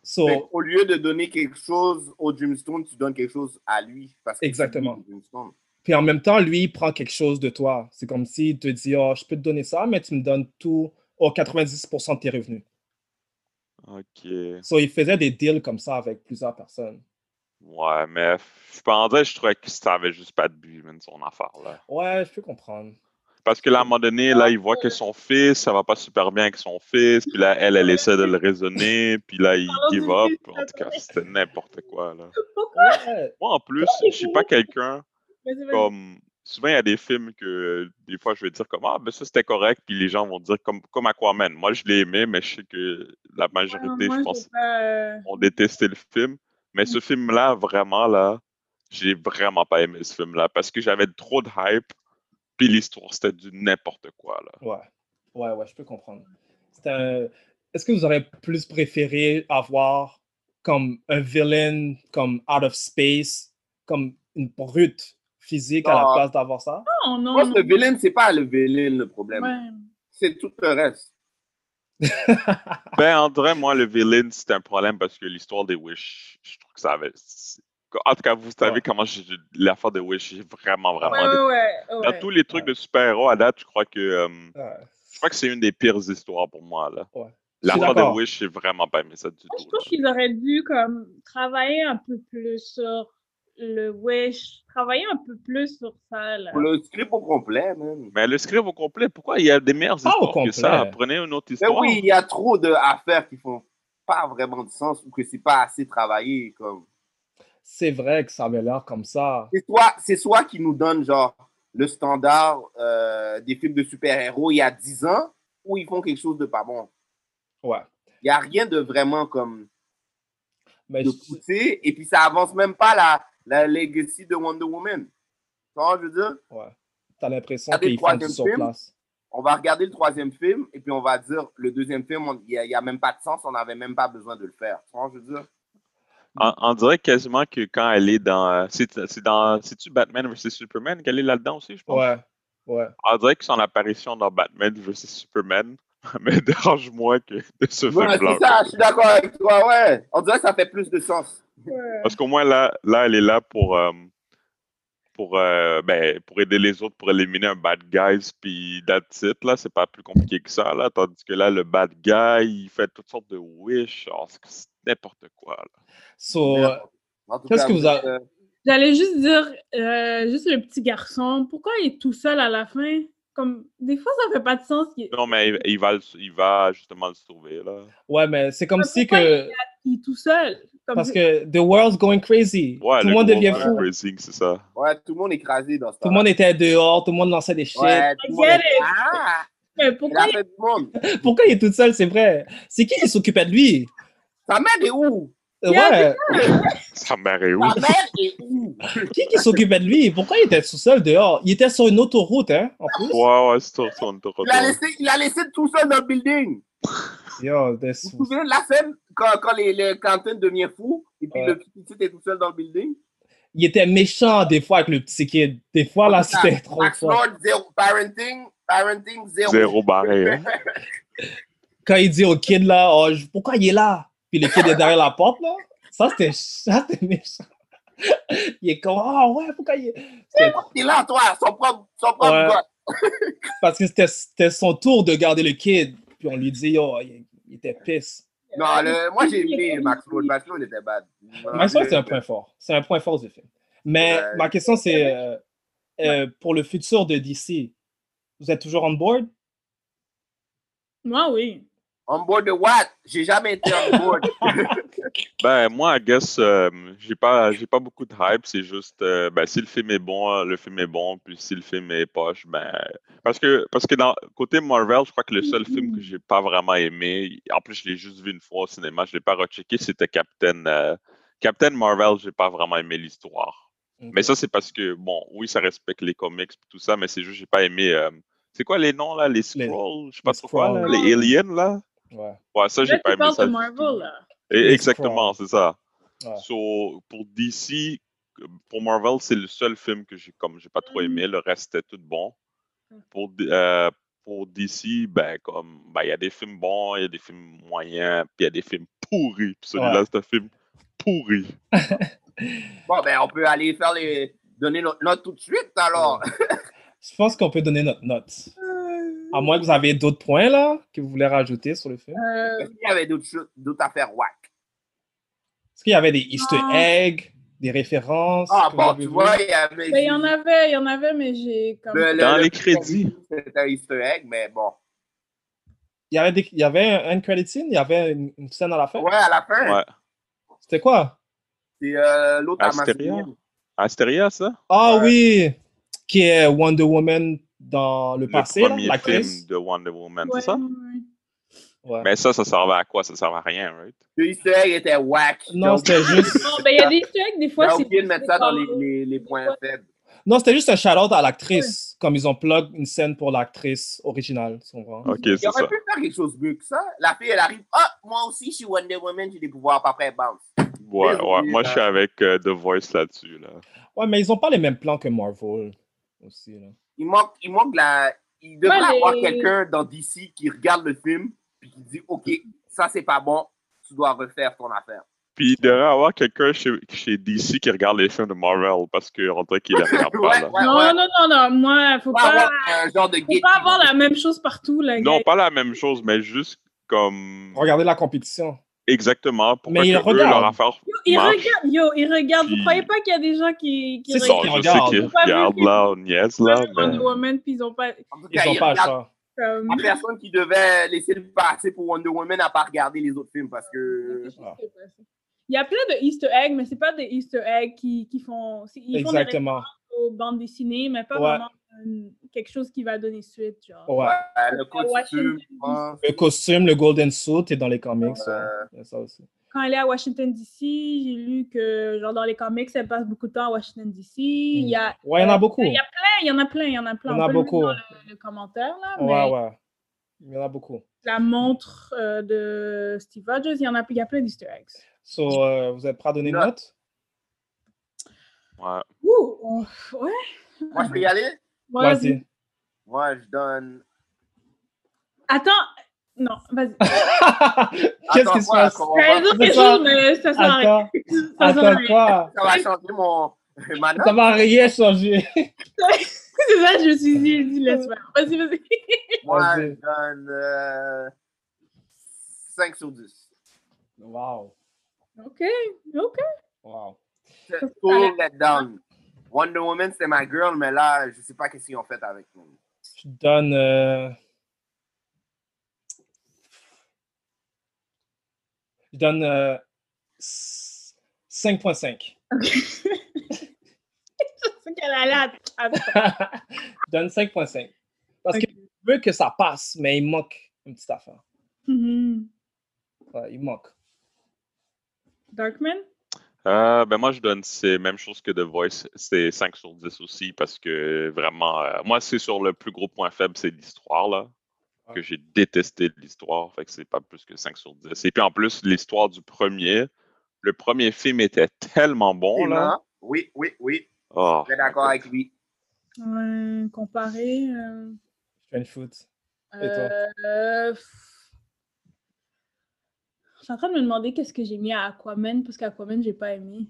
Speaker 4: So-
Speaker 6: Fait qu'au lieu de donner quelque chose au Dreamstone, tu donnes quelque chose à lui. Parce que
Speaker 4: Exactement.
Speaker 6: c'est lui, le Dreamstone.
Speaker 4: Puis en même temps, lui, il prend quelque chose de toi. C'est comme s'il te dit, oh, je peux te donner ça, mais tu me donnes tout, oh, 90% de tes revenus.
Speaker 3: Ok.
Speaker 4: So, il faisait des deals comme ça avec plusieurs personnes.
Speaker 3: Ouais, mais f- je pensais, je trouvais que ça avait juste pas de but, même son affaire-là.
Speaker 4: Ouais, je peux comprendre.
Speaker 3: Parce que là, à un moment donné, là, il voit que son fils, ça va pas super bien avec son fils, puis là, elle, elle essaie de le raisonner, puis là, il give up. En tout cas, c'était n'importe quoi, là. Moi, en plus, je suis pas quelqu'un
Speaker 5: Vas-y, vas-y.
Speaker 3: comme. Souvent, il y a des films que euh, des fois, je vais dire comme Ah, ben ça, c'était correct, puis les gens vont dire comme, comme Aquaman. Moi, je l'ai aimé, mais je sais que la majorité,
Speaker 5: Ah, moi,
Speaker 3: je
Speaker 5: j'ai
Speaker 3: pense,
Speaker 5: pas, euh, Mm.
Speaker 3: ont détesté le film. Mais ce film-là, vraiment, là, j'ai vraiment pas aimé ce film-là parce que j'avais trop de hype, puis l'histoire, c'était du n'importe quoi, là.
Speaker 4: Ouais, ouais, ouais, je peux comprendre. C'est un- Est-ce que vous auriez plus préféré avoir comme un villain, comme out of space, comme une brute physique à la
Speaker 6: Non.
Speaker 4: place d'avoir ça?
Speaker 5: Non,
Speaker 6: Je
Speaker 5: non.
Speaker 6: pense que le villain, c'est pas le villain le problème. C'est tout le reste.
Speaker 5: Ah.
Speaker 3: Ben, en vrai, moi, le villain, c'est un problème parce que l'histoire des Wish, je trouve que ça avait. c'est- En tout cas, vous savez comment j'ai- j'ai- l'affaire de Wish, j'ai vraiment, vraiment.
Speaker 5: Ouais, ouais,
Speaker 3: détesté.
Speaker 5: ouais, ouais.
Speaker 3: Dans tous les trucs de super-héros à date, je crois que. euh, Je crois que c'est une des pires histoires pour moi, là.
Speaker 4: Je suis
Speaker 3: L'affaire de
Speaker 4: d'accord.
Speaker 3: Wish, j'ai vraiment pas aimé ça du tout.
Speaker 5: Je trouve qu'ils auraient dû comme travailler un peu plus sur le wish, travailler un peu plus sur ça. Là.
Speaker 6: Le script au complet, même.
Speaker 3: Mais le script au complet, pourquoi il y a des meilleures histoires que ça? Prenez une autre
Speaker 6: Mais
Speaker 3: histoire.
Speaker 6: oui, il y a trop d'affaires qui font pas vraiment de sens ou que c'est pas assez travaillé. Comme.
Speaker 4: C'est vrai que ça avait l'air comme ça.
Speaker 6: C'est soit, c'est soit qui nous donne genre le standard euh, des films de super-héros il y a 10 ans ou ils font quelque chose de pas bon.
Speaker 4: Ouais.
Speaker 6: Il n'y a rien de vraiment comme
Speaker 4: Mais
Speaker 6: de poussé et puis ça avance même pas la, la legacy de Wonder Woman. Tu vois, je veux dire?
Speaker 4: T'as l'impression
Speaker 6: Regardez le
Speaker 4: qu'ils font du
Speaker 6: troisième
Speaker 4: sur
Speaker 6: film.
Speaker 4: place.
Speaker 6: On va regarder le troisième film et puis on va dire le deuxième film, on- il n'y a, même pas de sens, on n'avait même pas besoin de le faire. Tu vois, je veux dire?
Speaker 3: On, on dirait quasiment que quand elle est dans. euh, C'est c'est dans. C'est-tu Batman vs Superman qu'elle est là-dedans aussi, je pense?
Speaker 4: Ouais, ouais.
Speaker 3: On dirait que son apparition dans Batman vs Superman me dérange moins que de ce
Speaker 6: Ouais,
Speaker 3: film-là.
Speaker 6: c'est ça, je suis d'accord avec toi, ouais. On dirait que ça fait plus de sens.
Speaker 3: Parce qu'au moins, là, là, elle est là pour. euh, pour, euh, ben, pour aider les autres, pour éliminer un bad guy, puis that's it, là, c'est pas plus compliqué que ça, là, tandis que là, le bad guy, il fait toutes sortes de wish, oh, c'est- c'est n'importe quoi, là.
Speaker 4: So, euh,
Speaker 6: En tout
Speaker 4: qu'est-ce
Speaker 6: cas,
Speaker 4: que vous avez.
Speaker 6: euh,
Speaker 5: J'allais juste dire, euh, juste le petit garçon, pourquoi il est tout seul à la fin? Comme, des fois, ça fait pas de sens. qu'il-
Speaker 3: Non, mais il, il va, le- il va justement le sauver, là.
Speaker 4: Ouais, mais c'est comme si
Speaker 5: pourquoi
Speaker 4: que.
Speaker 5: Il est tout seul. Comme
Speaker 4: Parce que the world's going crazy. tout le monde devient fou.
Speaker 3: c'est ça.
Speaker 6: Ouais, tout le monde est écrasé dans ce
Speaker 4: Tout le monde était dehors, tout le monde lançait des shit.
Speaker 6: Ouais, tout le monde
Speaker 5: I get
Speaker 6: est-
Speaker 5: it.
Speaker 6: Ah!
Speaker 5: Mais pourquoi
Speaker 6: il... monde.
Speaker 4: Pourquoi il est tout seul, c'est vrai? C'est qui qui s'occupait de lui?
Speaker 6: Sa mère est où?
Speaker 4: Ouais.
Speaker 3: Ça m'arrête où?
Speaker 4: Qui qui s'occupait de lui? Pourquoi il était tout seul dehors? Il était sur une autoroute, hein, en plus.
Speaker 3: Ouais, ouais, c'est sur son tour.
Speaker 6: Il a, laissé, il a laissé tout seul dans le building.
Speaker 4: Yo,
Speaker 6: Vous
Speaker 4: that's-
Speaker 6: vous souvenez de la scène quand, quand les, les Quentin devient fou et puis
Speaker 4: Ouais.
Speaker 6: le petit petit est tout seul dans le building?
Speaker 4: il était méchant des fois avec le petit kid. Des fois, là, c'était trop
Speaker 6: Max
Speaker 4: fort.
Speaker 6: Lord, zéro. Parenting, parenting, zéro.
Speaker 3: Zéro barré. hein.
Speaker 4: Quand il dit au kid, là, Oh, je- pourquoi il est là? Puis le kid est derrière la porte, là. Ça, c'était ça, c'était méchant. Il est comme, ah ouais, pourquoi il est... C'était-
Speaker 6: Il est Eh, là, toi, son propre, son
Speaker 4: Ouais.
Speaker 6: propre gars.
Speaker 4: Parce que c'était- c'était son tour de garder le kid. Puis on lui dit, yo, il, il était pisse.
Speaker 6: Non, le- moi j'ai aimé Max Lord. Max Lord était bad.
Speaker 4: Mais ça, c'est un point fort. C'est un point fort du film. Mais
Speaker 6: Ouais.
Speaker 4: ma question, c'est euh, euh, pour le futur de DC, vous êtes toujours on board?
Speaker 5: Moi, oui.
Speaker 6: On board de what? J'ai jamais été on board.
Speaker 3: Ben, moi, I guess, euh, j'ai pas, j'ai pas beaucoup de hype. C'est juste, euh, ben, si le film est bon, euh, le film est bon. Puis si le film est poche, ben. Parce que, parce que dans côté Marvel, je crois que le seul film que j'ai pas vraiment aimé, en plus, je l'ai juste vu une fois au cinéma, je l'ai pas rechecké, c'était Captain, euh, Captain Marvel, j'ai pas vraiment aimé l'histoire. Mais ça, c'est parce que, bon, oui, ça respecte les comics et tout ça, mais c'est juste, j'ai pas aimé. euh, c'est quoi les noms là? Les Scrolls? Je sais pas trop quoi, là,
Speaker 4: Skrulls.
Speaker 3: Les Aliens là?
Speaker 4: Ouais.
Speaker 3: Ouais, ça, j'ai
Speaker 5: Là,
Speaker 3: pas
Speaker 5: tu
Speaker 3: aimé
Speaker 5: parles
Speaker 3: ça.
Speaker 5: de Marvel, là.
Speaker 3: Et-
Speaker 4: Les
Speaker 3: Exactement, c'est ça.
Speaker 4: Ouais.
Speaker 3: So, pour DC, pour Marvel, c'est le seul film que j'ai comme j'ai pas
Speaker 5: Mm.
Speaker 3: trop aimé. Le reste était tout bon. Pour, D- euh, pour DC, ben comme ben, il y a des films bons, il y a des films moyens, puis il y a des films pourris. Puis celui-là,
Speaker 4: Ouais.
Speaker 3: c'est un film pourri.
Speaker 6: bon, ben on peut aller faire les. donner notre note tout de suite alors.
Speaker 4: Je pense qu'on peut donner notre note.
Speaker 6: Euh.
Speaker 4: À moins que vous avez d'autres points là que vous voulez rajouter sur le film.
Speaker 5: Euh,
Speaker 6: Il y avait d'autres choses- d'autres affaires whack.
Speaker 4: Est-ce qu'il y avait des Easter
Speaker 5: Non.
Speaker 4: eggs, des références
Speaker 6: Euh. Ah
Speaker 4: que vous
Speaker 6: bon,
Speaker 4: avez
Speaker 6: tu
Speaker 4: vues?
Speaker 6: vois, il y avait.
Speaker 5: ben, il y en avait, il y en avait, mais j'ai comme.
Speaker 6: Le- le-
Speaker 3: Dans
Speaker 6: le-
Speaker 3: les crédits.
Speaker 6: C'était un easter egg, mais bon.
Speaker 4: Il y avait, des- il y avait un, une credit scene, il y avait une, une scène à la fin.
Speaker 6: Ouais, à la fin,
Speaker 3: Ouais.
Speaker 4: C'était quoi
Speaker 6: c'est euh, l'autre
Speaker 3: Asteria.
Speaker 6: Amazonienne.
Speaker 3: Asteria, ça?
Speaker 4: Ah oui, qui est Wonder Woman dans le, passé,
Speaker 3: le
Speaker 4: là,
Speaker 3: premier
Speaker 4: l'actrice.
Speaker 3: film de Wonder Woman,
Speaker 5: Ouais,
Speaker 3: c'est ça?
Speaker 5: ouais.
Speaker 4: Ouais.
Speaker 3: Mais ça, ça servait à quoi? Ça servait à rien, right?
Speaker 6: Le easter egg était whack.
Speaker 4: Non,
Speaker 6: J'ai
Speaker 4: c'était juste,
Speaker 5: Non, ben, il y a des trucs, des fois,
Speaker 6: j'ai
Speaker 5: c'est.
Speaker 6: oublié de mettre ça dans les,
Speaker 5: c'est-
Speaker 6: les, les points faibles.
Speaker 4: non, c'était juste un shout-out à l'actrice, comme ils ont plug une scène pour l'actrice originale. tu comprends?
Speaker 3: Ok,
Speaker 6: Il
Speaker 3: c'est
Speaker 6: aurait
Speaker 3: ça.
Speaker 6: pu faire quelque chose de mieux que ça. La fille, elle arrive. Ah, moi aussi, je suis Wonder Woman, j'ai des pouvoirs, pas après, bounce.
Speaker 3: Ouais, ouais.
Speaker 6: Désolé,
Speaker 3: Moi, je
Speaker 6: là.
Speaker 3: suis avec euh, The Voice là-dessus. Là.
Speaker 4: Ouais, mais ils ont pas les mêmes plans que Marvel aussi. Là.
Speaker 6: Il manque, il manque la. Il devrait
Speaker 5: Ouais,
Speaker 6: avoir
Speaker 5: mais-
Speaker 6: quelqu'un dans DC qui regarde le film puis qui dit Ok, ça c'est pas bon, tu dois refaire ton affaire.
Speaker 3: Puis il devrait y avoir quelqu'un chez, chez DC qui regarde les films de Marvel parce qu'on dirait qu'il les regarde pas.
Speaker 6: Ouais,
Speaker 3: là.
Speaker 6: ouais,
Speaker 5: Non,
Speaker 6: ouais.
Speaker 5: non, non, non, moi, faut
Speaker 6: Faut pas
Speaker 5: pas,
Speaker 6: avoir un genre de
Speaker 5: faut
Speaker 6: gate.
Speaker 5: pas avoir la même chose partout, là.
Speaker 3: Non,
Speaker 5: gars.
Speaker 3: pas la même chose, mais juste comme.
Speaker 4: Regardez la compétition.
Speaker 3: Exactement. Pour
Speaker 4: Mais ils
Speaker 3: que eux,
Speaker 4: regardent.
Speaker 3: leur affaire
Speaker 5: Ils
Speaker 3: marche.
Speaker 5: regardent, yo, ils regardent. Vous
Speaker 3: Puis-
Speaker 5: croyez pas qu'il y a des gens qui, qui
Speaker 4: C'est ça,
Speaker 3: Non,
Speaker 4: Ils
Speaker 3: je
Speaker 4: regardent.
Speaker 3: sais qu'ils
Speaker 5: Ils ont pas vu
Speaker 3: regardent
Speaker 5: le
Speaker 3: là, on niaise là, mais.
Speaker 5: Wonder Woman, puis ils ont pas.
Speaker 6: En tout
Speaker 4: Ils
Speaker 6: cas,
Speaker 4: ont
Speaker 6: il
Speaker 4: pas à
Speaker 6: regarde-
Speaker 4: choix.
Speaker 5: Comme...
Speaker 6: la personne qui devait laisser le passer pour Wonder Woman n'a pas regardé les autres films parce que.
Speaker 4: Ah.
Speaker 5: Il y a plein de Easter eggs, mais c'est pas des Easter eggs qui, qui font. c'est- Ils font des références
Speaker 4: Exactement.
Speaker 5: aux bandes dessinées, mais pas
Speaker 4: Ouais.
Speaker 5: vraiment euh, quelque chose qui va donner suite. Genre.
Speaker 4: Ouais.
Speaker 6: Euh, le costume, hein.
Speaker 5: Washington,
Speaker 6: je pense.
Speaker 4: Le costume, le golden suit est dans les comics. ça.
Speaker 6: Euh,
Speaker 4: Il y a ça aussi.
Speaker 5: Quand elle est à Washington DC, j'ai lu que genre dans les comics, elle passe beaucoup de temps à Washington DC. Il y a
Speaker 4: Ouais, il y en a beaucoup.
Speaker 5: Il y a plein, il y en a plein, il y en a plein.
Speaker 4: Il y
Speaker 5: On
Speaker 4: en a
Speaker 5: peut le mettre
Speaker 4: beaucoup.
Speaker 5: dans le, le commentaire là, mais
Speaker 4: Ouais, ouais. Il y en a beaucoup.
Speaker 5: la montre euh, de Steve Rogers, il y en a, il y a plein d'Easter eggs.
Speaker 4: So, euh, vous êtes prêts à donner une
Speaker 6: Note.
Speaker 4: note?
Speaker 3: Ouais.
Speaker 5: Ouh, oh, ouais.
Speaker 6: Moi, je peux y aller
Speaker 5: Bon, vas-y.
Speaker 6: Moi, je donne.
Speaker 5: Attends, non, vas-y.
Speaker 4: Qu'est-ce qui se
Speaker 6: Attends,
Speaker 4: passe?
Speaker 6: quoi, on
Speaker 5: T'as
Speaker 6: va-
Speaker 5: raison,
Speaker 4: c'est
Speaker 5: t'as
Speaker 4: ça.
Speaker 5: raison, mais ça sert à rien.
Speaker 4: Attends,
Speaker 5: Ça sert à
Speaker 4: attends
Speaker 5: rien.
Speaker 4: quoi?
Speaker 6: Ça va changer mon. ma note.
Speaker 4: Ça va rien changer.
Speaker 5: C'est ça, je me suis dit, je dis, laisse faire. Vas-y, vas-y.
Speaker 6: Moi, je
Speaker 4: Vas-y.
Speaker 6: donne euh, 5 sur 10.
Speaker 4: Wow.
Speaker 5: Ok, ok.
Speaker 4: Wow.
Speaker 6: Total let down. Wonder Woman, c'était ma girl, mais là, je sais pas qu'est-ce qu'ils ont fait avec nous.
Speaker 4: Je donne. euh, Je donne euh, s- 5.5.
Speaker 5: C'est qu'elle allait à- à-
Speaker 4: Je donne 5.5. Parce que je veux que ça passe, mais il
Speaker 5: Mm-hmm.
Speaker 4: manque une petite affaire.
Speaker 5: Mhm.
Speaker 4: Ouais, il manque.
Speaker 5: Darkman?
Speaker 3: Euh, ben moi, je donne, c'est même chose que The Voice, c'est 5 sur 10 aussi, parce que vraiment, euh, moi, c'est sur le plus gros point faible, c'est l'histoire, là, que j'ai détesté de l'histoire, fait que c'est pas plus que 5 sur 10. Et puis en plus, l'histoire du premier, le premier film était tellement
Speaker 4: Oh
Speaker 3: bon, là.
Speaker 6: Oui, oui, oui.
Speaker 3: Oh,
Speaker 6: Je suis d'accord avec lui.
Speaker 5: Ouais, comparé. euh,
Speaker 4: Strange Foot. Et toi?
Speaker 5: euh, pff. Je suis en train de me demander qu'est-ce que j'ai mis à Aquaman, parce qu'Aquaman, j'ai pas aimé.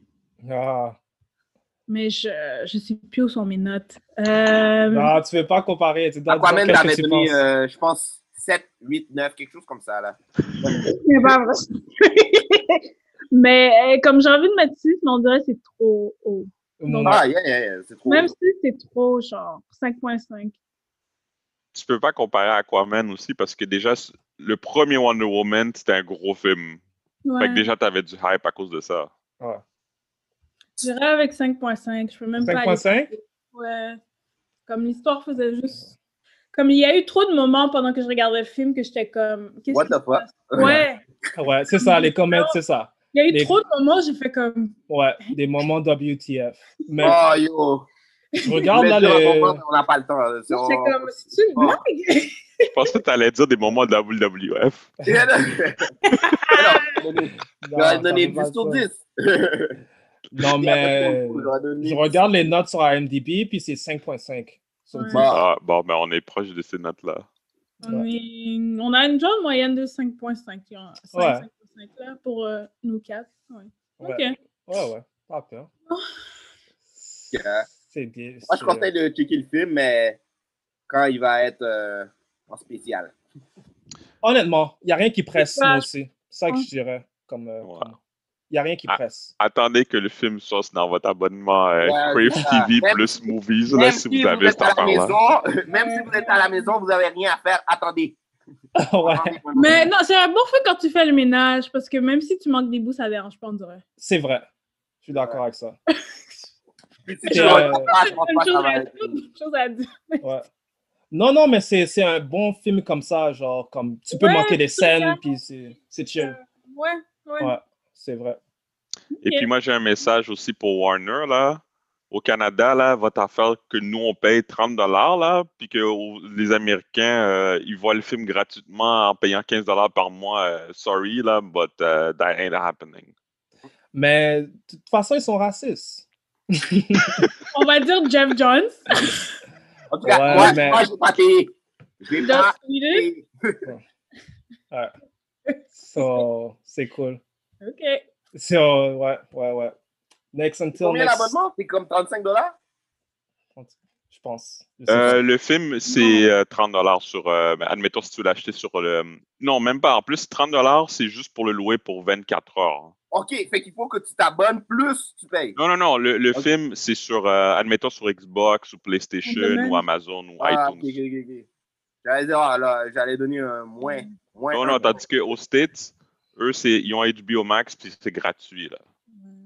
Speaker 4: Ah.
Speaker 5: Mais je, je sais plus où sont mes notes. Euh,
Speaker 4: Non, Ah, tu veux pas comparer. Tu dois
Speaker 6: Aquaman
Speaker 4: dire qu'est-ce
Speaker 6: t'avait
Speaker 4: que tu
Speaker 6: donné,
Speaker 4: penses.
Speaker 6: euh, je pense, 7, 8, 9, quelque chose comme ça, là.
Speaker 5: C'est pas vrai. mais euh, comme j'ai envie de mettre 6, mais on dirait que c'est trop haut. Donc,
Speaker 6: Ah, yeah, yeah, yeah, c'est trop.
Speaker 5: Même si c'est trop, genre 5.5.
Speaker 3: Tu peux pas comparer à Aquaman aussi, parce que déjà, s- le premier Wonder Woman, c'était un gros film. Fait
Speaker 5: Ouais.
Speaker 3: que déjà, t'avais du hype à cause de ça.
Speaker 5: J'irais avec 5.5. Je peux même pas. aller-
Speaker 4: 5.5?
Speaker 5: Ouais. Comme l'histoire faisait juste. Comme il y a eu trop de moments pendant que je regardais le film que j'étais comme. Qu'est-ce
Speaker 6: What
Speaker 5: qui-
Speaker 6: the fuck?
Speaker 5: Ouais.
Speaker 4: Ouais, c'est ça, les comètes, c'est ça.
Speaker 5: Il y a eu
Speaker 4: Les-
Speaker 5: trop de moments où j'ai fait comme.
Speaker 4: Ouais, des moments WTF. Mais
Speaker 6: Oh, yo.
Speaker 4: regarde là
Speaker 6: Mais là,
Speaker 4: le.
Speaker 6: on n'a pas le temps. là. C'est-
Speaker 5: J'étais
Speaker 6: on-
Speaker 5: comme. C'est une
Speaker 6: Oh.
Speaker 5: blague?
Speaker 3: Je pensais que t'allais dire des moments de WWF.
Speaker 6: Yeah, là. Alors,
Speaker 4: Non,
Speaker 6: J'aurais
Speaker 4: ça
Speaker 6: donné
Speaker 4: me va
Speaker 6: 10 sur
Speaker 4: pas.
Speaker 6: 10.
Speaker 4: Non, mais
Speaker 6: J'aurais donné
Speaker 4: je regarde les notes sur IMDb, puis c'est 5.5. sur
Speaker 5: Ouais.
Speaker 4: 10.
Speaker 6: Bah,
Speaker 3: Ah, bon, ben on est proche de ces notes-là.
Speaker 5: On, est- on a une genre de moyenne de 5.5. il y a 5,
Speaker 4: Ouais.
Speaker 5: 5.5 là pour euh, nous quatre. Ouais.
Speaker 4: Ouais.
Speaker 5: Ok.
Speaker 4: Ouais, ouais, pas peur.
Speaker 5: Oh.
Speaker 6: Yeah.
Speaker 4: C'est bien.
Speaker 6: hein. Moi, je
Speaker 4: c'est- euh,
Speaker 6: conseille de checker le film, mais quand il va être euh, en spécial.
Speaker 4: Honnêtement, il n'y a rien qui presse,
Speaker 5: Ouais.
Speaker 4: moi aussi. C'est ça que je dirais. Comme, euh,
Speaker 3: Ouais.
Speaker 4: comme- Il n'y a rien qui
Speaker 3: Ah.
Speaker 4: presse.
Speaker 3: Attendez que le film sorte dans votre abonnement euh,
Speaker 6: Ouais,
Speaker 3: Crave
Speaker 6: voilà.
Speaker 3: TV
Speaker 6: Même
Speaker 3: plus Movies, là,
Speaker 6: Même
Speaker 3: si vous avez cette
Speaker 6: êtes à la
Speaker 3: affaire-là.
Speaker 6: maison, même si vous êtes à la maison, vous n'avez rien à faire. Attendez.
Speaker 4: ouais,
Speaker 6: Attendez.
Speaker 5: Mais Ben, non, c'est un bon fait quand tu fais le ménage parce que même si tu manques des bouts, ça dérange pas, on dirait.
Speaker 4: c'est vrai. Je suis d'accord avec ça.
Speaker 6: Si
Speaker 4: Et,
Speaker 6: tu ne
Speaker 4: euh,
Speaker 6: regardes pas, je pense
Speaker 5: Une
Speaker 6: pas que ça
Speaker 5: chose
Speaker 6: va
Speaker 5: à
Speaker 6: être-
Speaker 5: dire, une chose à dire.
Speaker 4: Ouais. Non, non, mais c'est c'est un bon film comme ça, genre, comme tu peux
Speaker 5: Ouais,
Speaker 4: manquer des
Speaker 5: tout à
Speaker 4: scènes,
Speaker 5: fait.
Speaker 4: puis c'est c'est chill.
Speaker 5: Ouais, ouais.
Speaker 4: Ouais, c'est vrai.
Speaker 3: Et puis moi, j'ai un message aussi pour Warner, là. Au Canada, là, votre affaire que nous, on paye 30 là, puis que au- les Américains, euh, ils voient le film gratuitement en payant 15 par mois. euh, sorry, là, but euh, that ain't happening.
Speaker 4: Mais de toute façon, ils sont racistes.
Speaker 5: On va dire Jeff Jones.
Speaker 6: En tout cas,
Speaker 4: Ouais,
Speaker 6: moi,
Speaker 4: mais-
Speaker 6: moi, je vais pas payer. Je vais
Speaker 5: Josh
Speaker 6: pas
Speaker 5: Whedon.
Speaker 6: payer.
Speaker 4: So, c'est cool.
Speaker 5: Ok.
Speaker 4: So, ouais, ouais, ouais. Next until
Speaker 6: Combien
Speaker 4: next.
Speaker 6: l'abonnement? C'est comme 35 dollars?
Speaker 4: Je pense. Je sais
Speaker 3: Euh,
Speaker 4: pas.
Speaker 3: le film, c'est euh, 30 sur. euh, ben, admettons si tu veux l'acheter sur le. Non, même pas. En plus, 30 c'est juste pour le louer pour 24 heures.
Speaker 6: OK, fait qu'il faut que tu t'abonnes plus tu payes.
Speaker 3: Non, non, non. Le, le
Speaker 6: Ok.
Speaker 3: film, c'est sur, euh, admettons, sur Xbox ou PlayStation
Speaker 5: On demande.
Speaker 3: ou Amazon ou
Speaker 6: Ah, ok,
Speaker 3: iTunes.
Speaker 6: ok, ok, ok. J'allais dire, ah, là, j'allais donner un moins. moins
Speaker 3: Non,
Speaker 6: un.
Speaker 3: Oh, non, tandis qu'aux States, eux, c'est, ils ont HBO Max puis c'est gratuit. Là.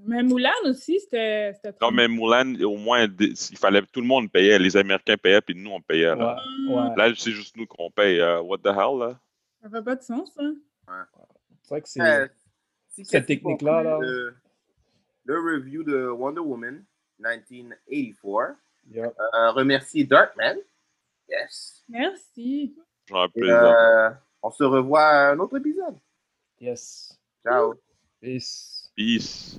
Speaker 5: Mais Moulin aussi, c'était. c'était
Speaker 3: Non,
Speaker 5: trop
Speaker 3: mais Moulin, au moins, d- il fallait, tout le monde payait. Les Américains payaient puis nous, on payait.
Speaker 4: Ouais,
Speaker 3: Là,
Speaker 4: ouais.
Speaker 6: Hmm.
Speaker 3: là c'est juste nous qu'on paye. euh, what the hell, là?
Speaker 5: Ça fait pas de sens, hein.
Speaker 4: C'est vrai que c'est.
Speaker 6: Euh, si
Speaker 4: Cette
Speaker 6: qu'est-ce qu'il
Speaker 4: technique-là, là.
Speaker 6: conclut Le, le review de Wonder Woman 1984.
Speaker 4: Yup.
Speaker 6: Euh, remercier Darkman. Yes.
Speaker 5: Merci.
Speaker 3: Genre un
Speaker 6: Et,
Speaker 3: plaisir.
Speaker 6: euh, on se revoit à un autre épisode.
Speaker 4: Yes.
Speaker 6: Ciao.
Speaker 4: Peace.
Speaker 3: Peace.